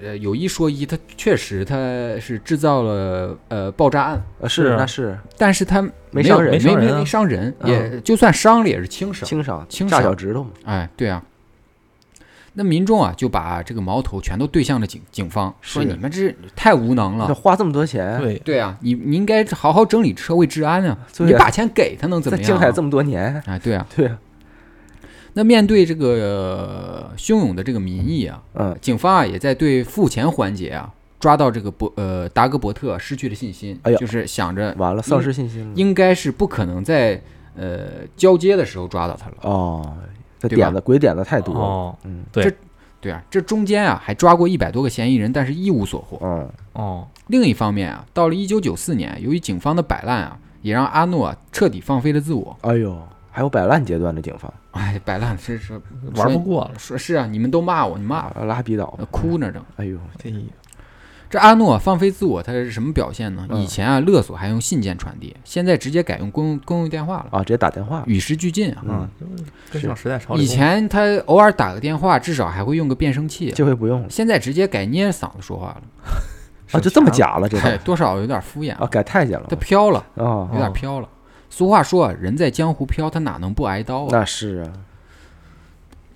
S1: 呃有一说一，他确实他是制造了呃爆炸案，
S2: 啊，
S3: 是
S2: 是
S3: 啊
S2: 那是
S1: 但是他有
S2: 没伤人
S1: 没
S3: 没伤
S1: 没
S3: 人啊
S1: 没伤人，
S2: 嗯
S1: 也就算伤了也是轻伤。
S2: 轻伤，
S1: 轻
S2: 炸
S1: 伤
S2: 小指头嘛，
S1: 哎，对啊。那民众啊，就把这个矛头全都对向了警警方，说
S2: 是
S1: 你们这太无能
S2: 那
S1: 了。
S2: 花这么多钱，
S3: 对，
S1: 啊对啊，你你应该好好整理社会治安啊！
S2: 对啊
S1: 你把钱给他能怎
S2: 在
S1: 么样、啊？
S2: 青海这么多年，
S1: 哎，对啊。
S2: 对啊，
S1: 那面对这个、呃汹涌的这个民意啊，
S2: 嗯，
S1: 警方啊也在对付钱环节啊抓到这个伯呃达格伯特失去了信心，
S2: 哎呀
S1: 就是想着
S2: 完了，丧失信心了。
S1: 应该是不可能在呃交接的时候抓到他了。
S2: 哦，这
S1: 对吧
S2: 点子鬼点子太多了，
S3: 哦
S2: 嗯
S1: 对啊，这中间啊还抓过一百多个嫌疑人，但是一无所获。
S2: 嗯，
S3: 哦，
S1: 另一方面啊，到了一九九四年，由于警方的摆烂啊，也让阿诺啊彻底放飞了自我。
S2: 哎呦，还有摆烂阶段的警方，
S1: 哎，摆烂是是
S3: 玩不过了，
S1: 说是啊，你们都骂我，你骂我，
S2: 啊拉比岛
S1: 呃，哭呢正。
S2: 哎呦，
S3: 这
S1: 这阿诺啊放飞自我，他是什么表现呢？
S2: 嗯
S1: 以前啊，勒索还用信件传递，现在直接改用公用公用电话了，
S2: 啊，直接打电话，
S1: 与时俱进啊。
S2: 嗯
S3: 嗯，跟上时代潮流。
S1: 以前他偶尔打个电话，至少还会用个变声器，啊
S2: 这回不用了
S1: 现在直接改捏着嗓子说话了，
S2: 啊，就这么假了，这
S1: 哎，
S2: 都
S1: 多少有点敷衍
S2: 啊，
S1: 啊，
S2: 改太监了
S1: 他飘了，
S2: 啊
S1: 有，点
S3: 哦
S1: 飘了。俗话说啊，人在江湖飘，他哪能不挨刀啊？
S2: 那是啊，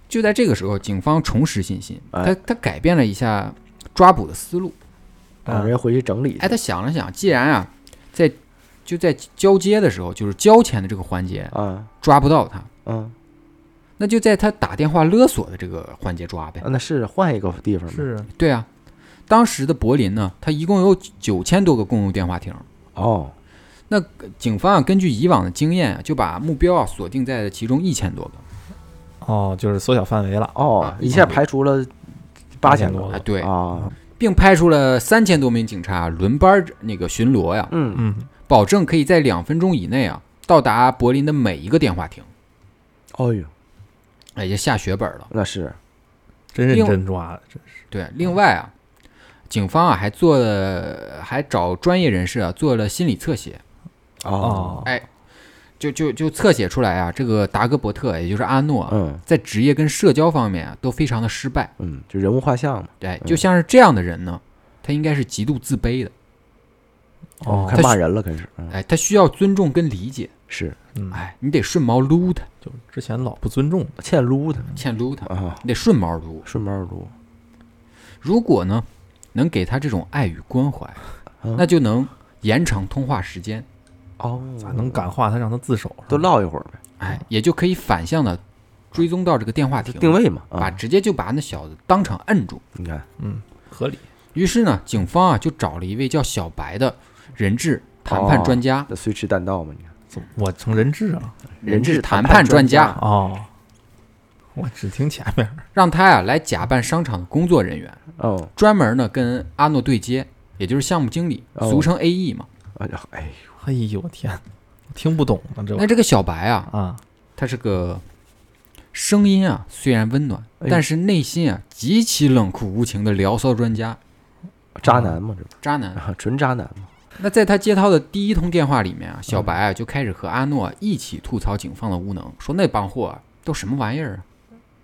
S1: 就在这个时候，警方重拾信心，
S2: 哎
S1: 他他改变了一下抓捕的思路。
S2: 啊，
S3: 嗯
S2: 人家回去整理去，
S1: 哎，他想了想，既然啊，在就在交接的时候，就是交钱的这个环节
S2: 啊，
S1: 抓不到他，
S2: 嗯，
S1: 那就在他打电话勒索的这个环节抓呗
S2: 啊。那是换一个地方吧，
S3: 是啊
S1: 对啊，当时的柏林呢，它一共有九千多个公用电话亭。
S2: 哦，
S1: 警方啊，根据以往的经验啊，就把目标啊锁定在了其中一千多个。
S3: 哦，就是缩小范围了。
S2: 哦
S1: 啊，
S2: 一下排除了八千
S3: 哦
S2: 多
S1: 啊，对，
S2: 啊，
S1: 并派出了三千多名警察轮班儿那个巡逻呀、
S2: 嗯，
S3: 嗯，
S1: 保证可以在两分钟以内啊到达柏林的每一个电话亭。
S2: 哎呦，
S1: 哎，也下血本了。
S2: 那是啊
S3: 真认真抓了，真是。
S1: 对，另外啊，警方啊还做了，还找专业人士啊做了心理侧写，
S2: 哦，
S3: 哦，
S1: 哎就就就侧写出来啊，这个达格伯特，也就是阿诺啊，
S2: 嗯
S1: 在职业跟社交方面啊都非常的失败。
S2: 嗯，就人物画像嘛，
S1: 对，就像是这样的人呢，他应该是极度自卑的。
S3: 哦，
S1: 他
S2: 开始骂人了，开始，嗯，
S1: 哎，他需要尊重跟理解。
S2: 是
S3: 嗯，
S1: 哎，你得顺毛撸他，
S3: 就之前老不尊重
S2: 欠撸他
S1: 欠撸他，
S2: 啊，
S1: 你得顺毛撸。
S2: 顺包撸，
S1: 如果呢，能给他这种爱与关怀，
S2: 嗯
S1: 那就能延长通话时间。
S2: 哦，
S3: 咋能感化他，让他自首？啊
S2: 都唠一会儿呗，
S1: 哎，也就可以反向的追踪到这个电话亭，
S2: 嗯定位嘛，
S1: 把
S2: 啊，
S1: 直接就把那小子当场摁住。
S2: 你看，
S3: 嗯，合理。
S1: 于是呢，警方啊就找了一位叫小白的人质谈
S2: 哦
S1: 判专家，
S2: 那虽吃弹道嘛，你看，
S3: 怎么我成人质啊？
S1: 人质谈
S2: 判
S1: 判专
S2: 家，
S1: 家，
S3: 哦，我只听前面儿。
S1: 让他呀、来假扮商场的工作人员，
S2: 哦，
S1: 专门呢跟阿诺对接，也就是项目经理，
S2: 哦
S1: 俗称 AE 嘛。
S2: 哎呀，哎，
S3: 哎呦我天，听不懂呢这玩
S1: 那
S3: 意
S1: 这个小白啊，
S3: 儿啊，
S1: 他是个声音啊虽然温暖，
S2: 哎呦
S1: 但是内心啊极其冷酷无情的聊骚专家
S2: 渣男嘛，这不
S1: 渣男。
S2: 啊，纯渣男嘛，
S1: 那在他接到的第一通电话里面啊，小白啊就开始和阿诺一起吐槽警方的无能，说那帮货啊都什么玩意儿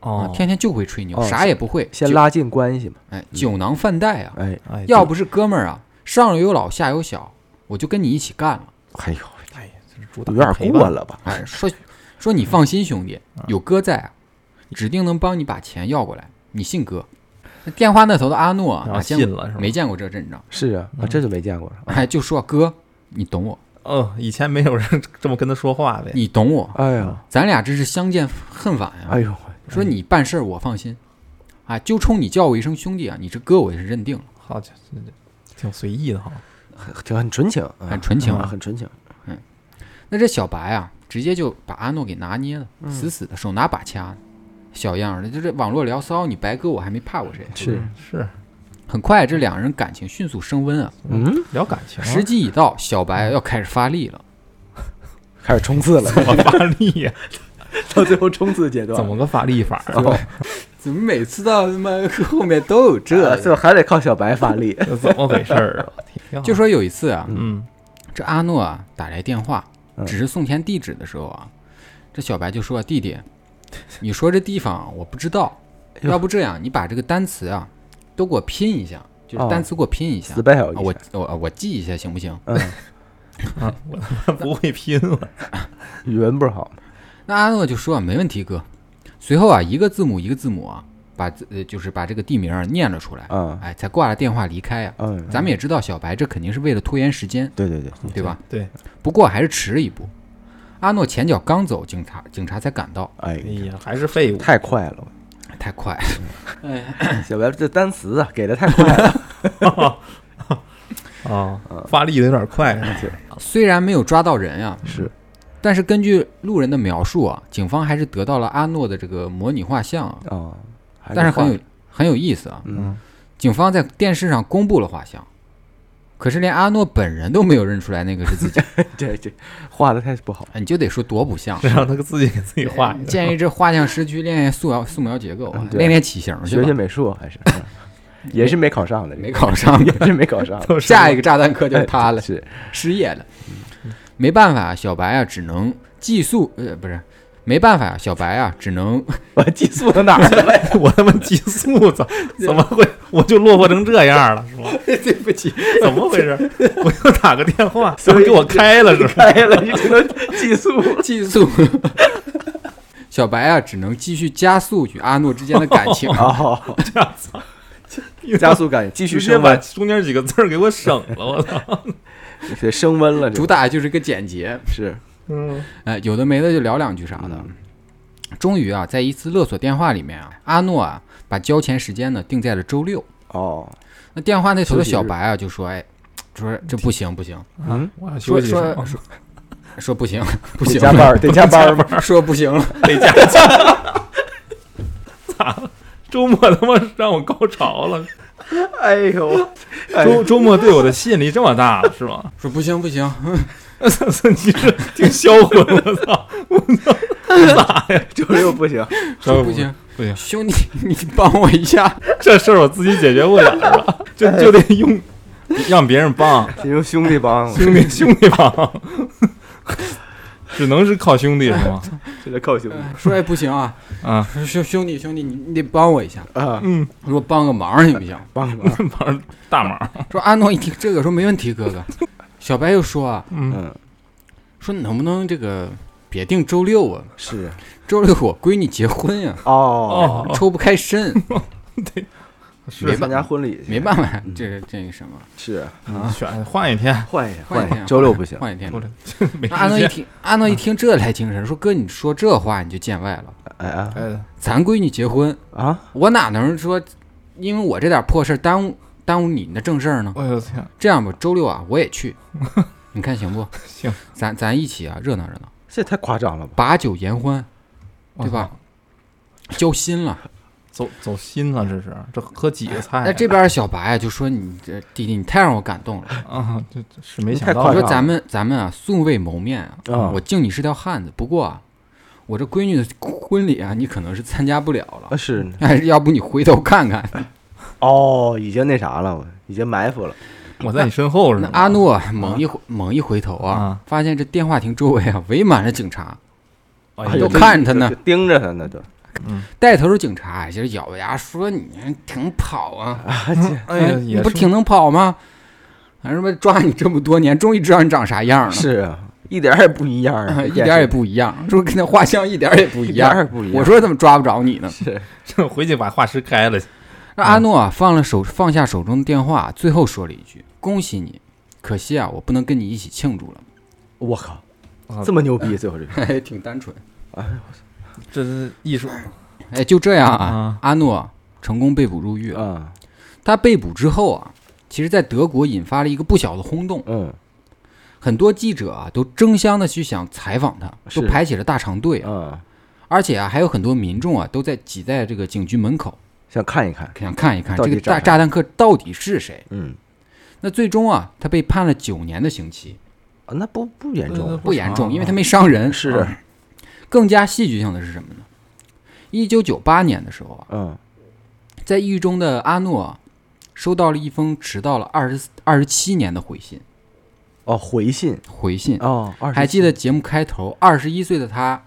S1: 啊啊，
S3: 哦，
S1: 天天就会吹牛，
S2: 哦
S1: 啥也不会，
S2: 先
S1: 酒
S2: 拉近关系嘛，
S1: 哎酒囊饭袋啊！
S2: 哎，
S3: 哎，
S1: 要不是哥们儿啊，上有老下有小，我就跟你一起干了。
S2: 哎呦，
S3: 哎呀，这是主打
S2: 有点
S3: 陪
S2: 过
S3: 伴，
S2: 了吧，
S1: 哎，说说你放心，兄弟，有哥在啊，指定能帮你把钱要过来，你信哥。那电话那头的阿诺啊
S3: 然后
S1: 哪见
S3: 信了是吧？
S1: 没见过这阵仗，
S2: 是啊，啊，这就没见过了，
S1: 哎，就说哥，你懂我，
S3: 嗯，以前没有人 这么跟他说话呗。
S1: 你懂我，
S2: 哎呀，
S1: 咱俩这是相见恨晚呀、
S2: 哎呦，
S1: 说你办事儿我放心，啊，就冲你叫我一声兄弟啊，你这哥我也是认定了，
S3: 好家伙，挺随意的哈。
S2: 挺很纯情，啊
S1: 很纯情
S2: 啊
S1: 啊。
S2: 很纯情，
S1: 那这小白啊，直接就把阿诺给拿捏了，死死的，手拿把掐，小样儿的，就这网络聊骚，你白哥我还没怕过谁。
S2: 是，
S3: 嗯是
S1: 很快，这两人感情迅速升温啊，
S2: 嗯，
S3: 聊感情啊，
S1: 时机已嗯到，小白要开始发力了。
S2: 开始冲刺了，
S3: 怎么发力呀？
S2: 到最后冲刺阶段，
S3: 怎么个发力法儿？啊
S1: 怎么每次到他妈后面都有
S2: 这
S1: 这？
S2: 啊这还得靠小白发力？
S3: 这怎么回事儿啊？挺好
S1: 就说有一次啊，
S3: 嗯
S1: 这阿诺啊打来电话，
S2: 嗯
S1: 只是送填地址的时候啊，这小白就说：“弟弟，你说这地方我不知道，
S2: 哎呦
S1: 要不这样，你把这个单词啊都给我拼一下，就是
S2: 哦
S1: 单词给我拼一下，
S2: ，spell
S1: 啊
S2: 一
S1: 我
S2: 下
S1: 我我记一下行不行？”
S2: 嗯，
S3: 啊，我他
S1: 嗯
S3: 妈不会 拼了，
S2: 语文不是好吗？
S1: 那阿诺就说：“没问题，哥。”随后啊，一个字母一个字母啊，把字呃就是把这个地名儿念了出来，
S2: 嗯
S1: 哎，才挂了电话离开啊呀、
S2: 嗯，
S1: 咱们也知道，小白这肯定是为了拖延时间，
S2: 对对对，
S1: 对吧？
S3: 对，
S1: 不过还是迟了一步。阿诺前脚刚走，警察警察才赶到，
S2: 哎
S3: 哎，呀，还 是废物。
S2: 太快了，
S1: 太快。
S2: 小白这单词啊给的太快了，
S3: 啊，
S1: 嗯
S3: 发力的有点快， 是吧
S1: 虽然没有抓到人啊，
S2: 是
S1: 但是根据路人的描述啊，警方还是得到了阿诺的这个模拟画像啊，
S2: 啊，还
S1: 但是
S2: 快
S1: 很有很有意思啊。
S2: 嗯，
S1: 警方在电视上公布了画像，可是连阿诺本人都没有认出来那个是 自己，
S2: 这这画的太不好，
S1: 你就得说多不像。
S3: 让他自己给自己画一个。
S1: 建议这画像师去练练素描素描结构啊
S2: 啊嗯，对
S1: 练练体型去
S2: 学学
S1: 吧。
S2: 美术 还是也是没考上的，这个 ，
S1: 没考上
S2: 也是没考上 的，
S1: 下一个炸弹客就是
S2: 哎
S1: 他了，
S2: 是
S1: 失业了。没办法，小白啊，只能寄宿，呃，不是，没办法，小白啊，只能
S2: 我寄宿到哪儿去了？
S3: 我他妈激素怎怎么会我就落魄成这样了是吗？
S2: 对不起，
S3: 怎么回事？我又打个电话，怎
S2: 所
S3: 么
S2: 以
S3: 给我开了是吧？
S2: 开了，你只能 寄宿。。
S1: 寄宿。小白啊，只能继续加速与阿诺之间的感情
S2: 哦，加
S3: 加
S2: 速感继续
S3: 直接
S2: 升
S3: 把
S2: 温，
S3: 中间几个字儿给我省了，我操！
S2: 对，升温了，
S1: 主打就是个简洁，
S2: 是
S3: 嗯，
S1: 哎，有的没的就聊两句啥的。
S2: 嗯
S1: 终于啊，在一次勒索电话里面啊，阿诺啊把交钱时间呢定在了周六。
S2: 哦，
S1: 那电话那头的
S2: 休息日
S1: 小白啊就说：“哎，说这不行不行，
S2: 嗯，
S3: 我要休
S1: 说
S3: 息一下啊
S1: 说说说不行不行
S2: 加，班儿得加班儿 吧？
S1: 说不行了。
S3: 得加价。咋了？周末他妈让我高潮了，
S2: 哎呦， 哎
S3: 周周末对我的吸引力这么大是 吗？
S1: 说不行不行，
S3: 你是挺销魂，我操！
S2: 周六不行，
S1: 说不行
S3: 不行，
S1: 兄弟， 你帮我一下。
S3: 这事儿我自己解决不了是吧？就就得用 让别人帮，
S2: 得用兄弟帮，
S3: 兄弟兄弟帮， 只能是靠兄弟是 吗？
S2: 这得靠兄弟
S1: 说哎不行啊，
S3: 啊，
S1: 说兄兄弟兄弟，你你得帮我一下，
S2: 啊，
S3: 嗯，
S1: 我说帮个忙行不行？
S2: 帮个忙，
S3: 帮着大忙，
S1: 说阿诺一听这个说没问题，哥 哥。小白又说啊，
S3: 嗯，
S2: 嗯，
S1: 说能不能这个别定周六啊？
S2: 是
S1: 周六我闺女结婚呀、
S2: 哦，
S3: 哦，
S1: 抽不开 身，
S3: 是
S1: 没
S2: 参
S1: 办
S2: 加
S1: 法，
S2: 婚礼去
S1: 没办法，
S2: 嗯
S1: 这个这个什么，
S2: 是
S3: 选换一天，
S2: 换一下，
S1: 换一
S2: 一
S1: 天
S2: 下，
S1: 啊，
S2: 周六不行，
S1: 换一天
S3: 我。这 没
S1: 那阿诺
S3: 时
S1: 一
S3: 间。
S1: 听，阿诺一听这来精神，说哥，你说这话你就见外了。
S2: 哎啊
S3: 哎，
S1: 咱闺女结婚，
S2: 啊，
S1: 我哪能说，因为我这点破事儿耽误耽误你的正事儿呢？
S3: 我的 天，
S1: 这样吧，周六啊我也 去，你看行不？
S3: 行，
S1: 咱咱一起啊热闹热闹，
S2: 这也太夸张了吧？
S1: 把酒言欢，
S3: 我
S1: 对吧？交心了。
S3: 走走心了，这是这喝几个菜呀？
S1: 那这边小白啊就说你这弟弟你太让我感动了。
S3: 啊，这这哦是哦没
S2: 你
S3: 想
S2: 太
S3: 到
S1: 我
S2: 夸
S1: 说
S3: 的
S2: 张了
S1: 咱们咱们啊素未谋面啊，
S2: 啊
S1: 我敬你是条汉子，不过啊我这闺女的婚礼啊你可能是参加不了
S2: 啊
S3: 呃
S1: 了，
S2: 是
S1: 哎，要不你回头看看。
S2: 哦，已经那啥了，我已经埋伏了，
S3: 我在你身后是
S1: 那
S3: 吗？
S1: 阿诺啊猛一回猛一回头啊
S3: 啊，
S1: 发现这电话亭周围啊围满了警察，
S3: 哎
S1: 都
S2: 呦，
S3: 呦
S1: 看着他呢，
S2: 这盯着他呢都，
S1: 带头的警察啊就是咬着牙说你挺跑啊，
S3: 哎呀，
S1: 你
S3: 也
S1: 不
S3: 是
S1: 挺能跑吗？反正吧抓你这么多年，终于知道你长啥样了。
S2: 是啊，一点儿也不一样啊，
S1: 一点儿也不一样，是不是跟那画像一点儿也不一
S2: 一点
S1: 样？
S2: 儿也不一样
S1: 我说怎么抓不着你呢？
S2: 是
S3: 这 回去把画室开了去。
S1: 那阿诺啊，放了手放下手中的电话，最后说了一句：“恭喜你，可惜啊，我不能跟你一起庆 祝了。
S2: 我靠
S3: 啊，
S2: 这么牛逼，最后这个”
S1: 嘿，哎挺单纯。
S3: 这是艺术
S1: 哎，就这样啊，
S3: 啊！
S1: 阿诺成功被捕入狱了。
S2: 啊，
S1: 他被捕之后啊，其实在德国引发了一个不小的轰动，
S2: 嗯
S1: 很多记者啊都争相的去想采访他，
S2: 是
S1: 都排起了大长队啊，
S2: 嗯，
S1: 而且啊还有很多民众啊都在挤在这个警局门口，
S2: 想看一看，
S1: 想看一看
S2: 到
S1: 这
S2: 底
S1: 个
S2: 长
S1: 炸
S2: 啥
S1: 炸弹客到底是谁。
S2: 嗯，
S1: 那最终啊，他被判了九年的刑期，
S2: 啊那不不严重
S3: 呃
S2: 啊，
S1: 不严重，
S3: 长
S1: 因为他没伤人。
S2: 是
S1: 啊更加戏剧性的是什么呢？一九九八年的时候啊，
S2: 嗯
S1: 在狱中的阿诺啊收到了一封迟到了二十二十七年的回信。
S2: 哦，回信
S1: 回信，
S2: 哦，27
S1: 还记得节目开头，二十一岁的他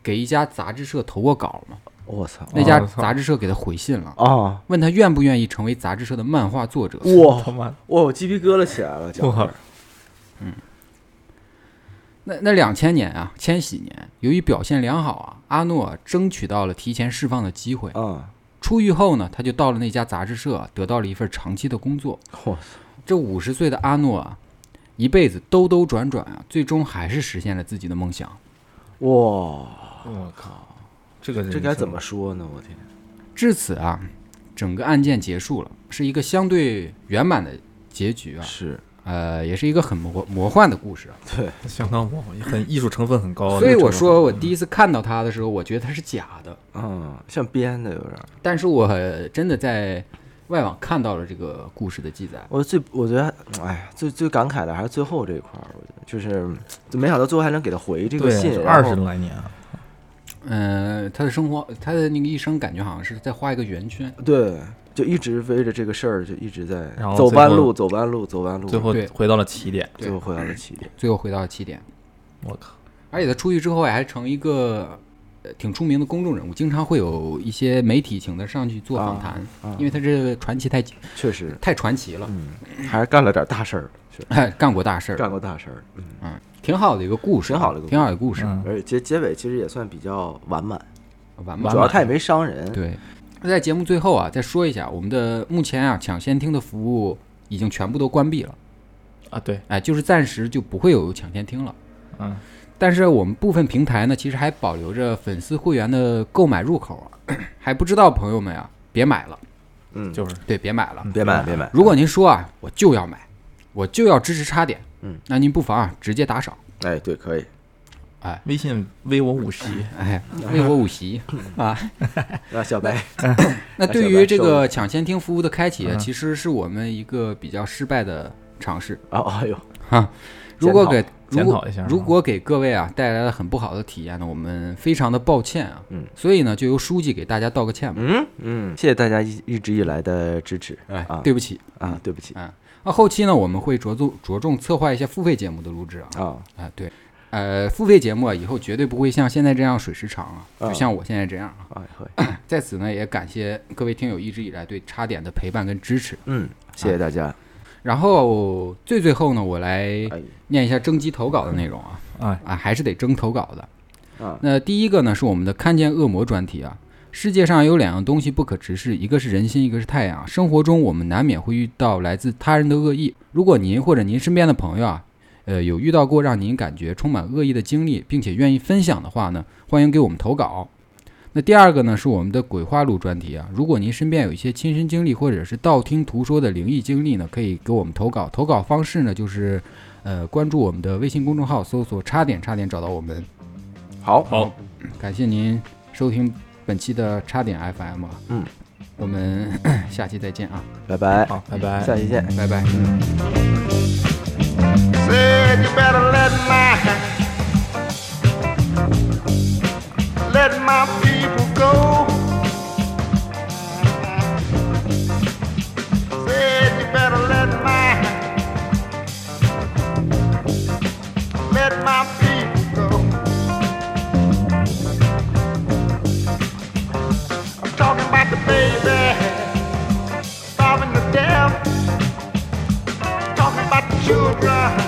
S1: 给一家杂志社投过稿吗？
S2: 啊我操
S1: 那家
S3: 我操
S1: 杂志社给他回信了，
S2: 啊！
S1: 问他愿不愿意成为杂志社的漫画作
S3: 嗯
S1: 者。
S2: 哇
S3: 他妈，
S2: 哇，我鸡皮疙瘩起来了，讲
S1: 哦
S3: 哇
S1: 那那两千年啊，千禧年，由于表现良好啊，阿诺争取到了提前释放的机会。
S3: 嗯
S2: 啊，
S1: 出狱后呢，他就到了那家杂志社，得到了一份长期的工作。
S2: 我操，
S1: 这五十岁的阿诺啊，一辈子兜兜转转啊，最终还是实现了自己的梦想。
S2: 哇，
S3: 我靠，这个人
S2: 这该
S3: 生
S2: 怎么说呢？我天，
S1: 至此啊，整个案件结束了，是一个相对圆满的结局啊，
S2: 是
S1: 呃，也是一个很魔魔幻的故事啊。
S2: 对，
S3: 相当模糊，很艺术成分很高啊。
S1: 所以
S3: 这个
S1: 我
S3: 成
S1: 说，
S3: 分
S1: 我第一次看到它的时候，我觉得它是假的，
S2: 嗯，像编的有点儿。
S1: 但是我真的在外网看到了这个故事的记载。
S2: 我最我觉得，哎，最最感慨的还是最后这一块儿，我觉得就是就没想到最后还能给他回这个
S3: 对
S2: 信，
S3: 二
S2: 然
S3: 十
S2: 后
S3: 来年啊，
S1: 嗯，他的生活，他的那个一生，感觉好像是在画一个圆圈。
S2: 对，就一直围着这个事儿就一直在
S3: 然后
S2: 走
S3: 最
S2: 弯
S3: 后
S2: 路，走弯路，走弯路，
S3: 最后
S1: 对
S3: 回到了起点。
S1: 对
S2: 最后回到了起点。
S1: 最后回到了起点，
S3: 我靠，
S1: 而且他出狱之后还成一个呃挺出名的公众人物，经常会有一些媒体请他上去做访谈，
S2: 啊
S1: 因为他这个传奇太
S2: 确实，
S1: 太传奇了，
S2: 嗯，还是干了点大事儿，确实
S1: 哎， 干过大事儿，
S2: 干过大事儿，嗯，
S1: 嗯，挺好的一个故事啊，
S2: 挺好的一个
S1: 挺好的故事，
S3: 嗯
S2: 而且结结尾其实也算比较完满，
S1: 完
S3: 满
S1: 吧
S2: 嗯主？要他也没伤人，
S1: 对，那在节目最后啊，再说一下我们的目前啊抢先听的服务已经全部都关闭了，
S3: 啊，对，
S1: 哎，就是暂时就不会有抢先听了。
S3: 嗯，
S1: 但是我们部分平台呢，其实还保留着粉丝会员的购买入口啊， 还不知道朋友们呀、别买了，
S2: 嗯，
S3: 就是
S1: 对，别买了。
S3: 嗯
S2: 别买别买，
S1: 如果您说啊，我就要买，我就要支持插点，
S2: 嗯，
S1: 那您不妨啊直接打赏，
S2: 哎，对，可以，
S3: 微信微我五十一，
S1: 哎，为我五席啊。
S2: 那小白，
S1: 那
S2: 那
S1: 对
S2: 小
S1: 于
S2: 白
S1: 这
S2: 收
S1: 个抢先听服务的开启啊，
S3: 嗯
S1: 其实是我们一个比较失败的尝试
S2: 哦，哎呦，
S1: 哈。如果给如
S3: 检
S1: 果
S3: 讨一下啊。
S1: 如果给各位啊带来了很不好的体验呢，我们非常的抱歉啊。
S2: 嗯，
S1: 所以呢，就由书记给大家道个歉吧。
S2: 嗯嗯，谢谢大家一一直以来的支持
S1: 哎
S2: 啊，
S1: 对不起。
S2: 啊，对不起
S1: 那后期呢，我们会着重着重策划一些付费节目的录制啊。
S2: 啊，
S1: 啊，对，呃，付费节目啊，以后绝对不会像现在这样水时长啊，
S2: 啊
S1: 就像我现在这样啊。
S2: 哎会，
S1: 在此呢，也感谢各位听友一直以来对插点的陪伴跟支持。
S2: 嗯，谢谢大家，
S1: 然后最最后呢，我来
S2: 哎
S1: 念一下征集投稿的内容啊
S3: 哎，
S1: 啊，还是得征投稿的。
S2: 啊，
S1: 那第一个呢是我们的“看见恶魔”专题啊。世界上有两样东西不可直视，一个是人心，一个是太阳。啊生活中我们难免会遇到来自他人的恶意。如果您或者您身边的朋友啊，呃，有遇到过让您感觉充满恶意的经历，并且愿意分享的话呢，欢迎给我们投稿。那第二个呢是我们的鬼话录专题啊。如果您身边有一些亲身经历或者是道听途说的灵异经历呢，可以给我们投稿。投稿方式呢就是，呃，关注我们的微信公众号，搜索“差点差点”找到我们。
S2: 好，
S3: 好，
S1: 感谢您收听本期的叉点 FM 啊。
S2: 嗯，
S1: 我们 下期再见啊，
S2: 拜拜，
S3: 好，拜拜。
S2: 下期见。
S1: 拜拜。
S4: Said you better let my let my people go. Said you better let my let my people go. I'm talking about the baby, starving to death. Talking about the children.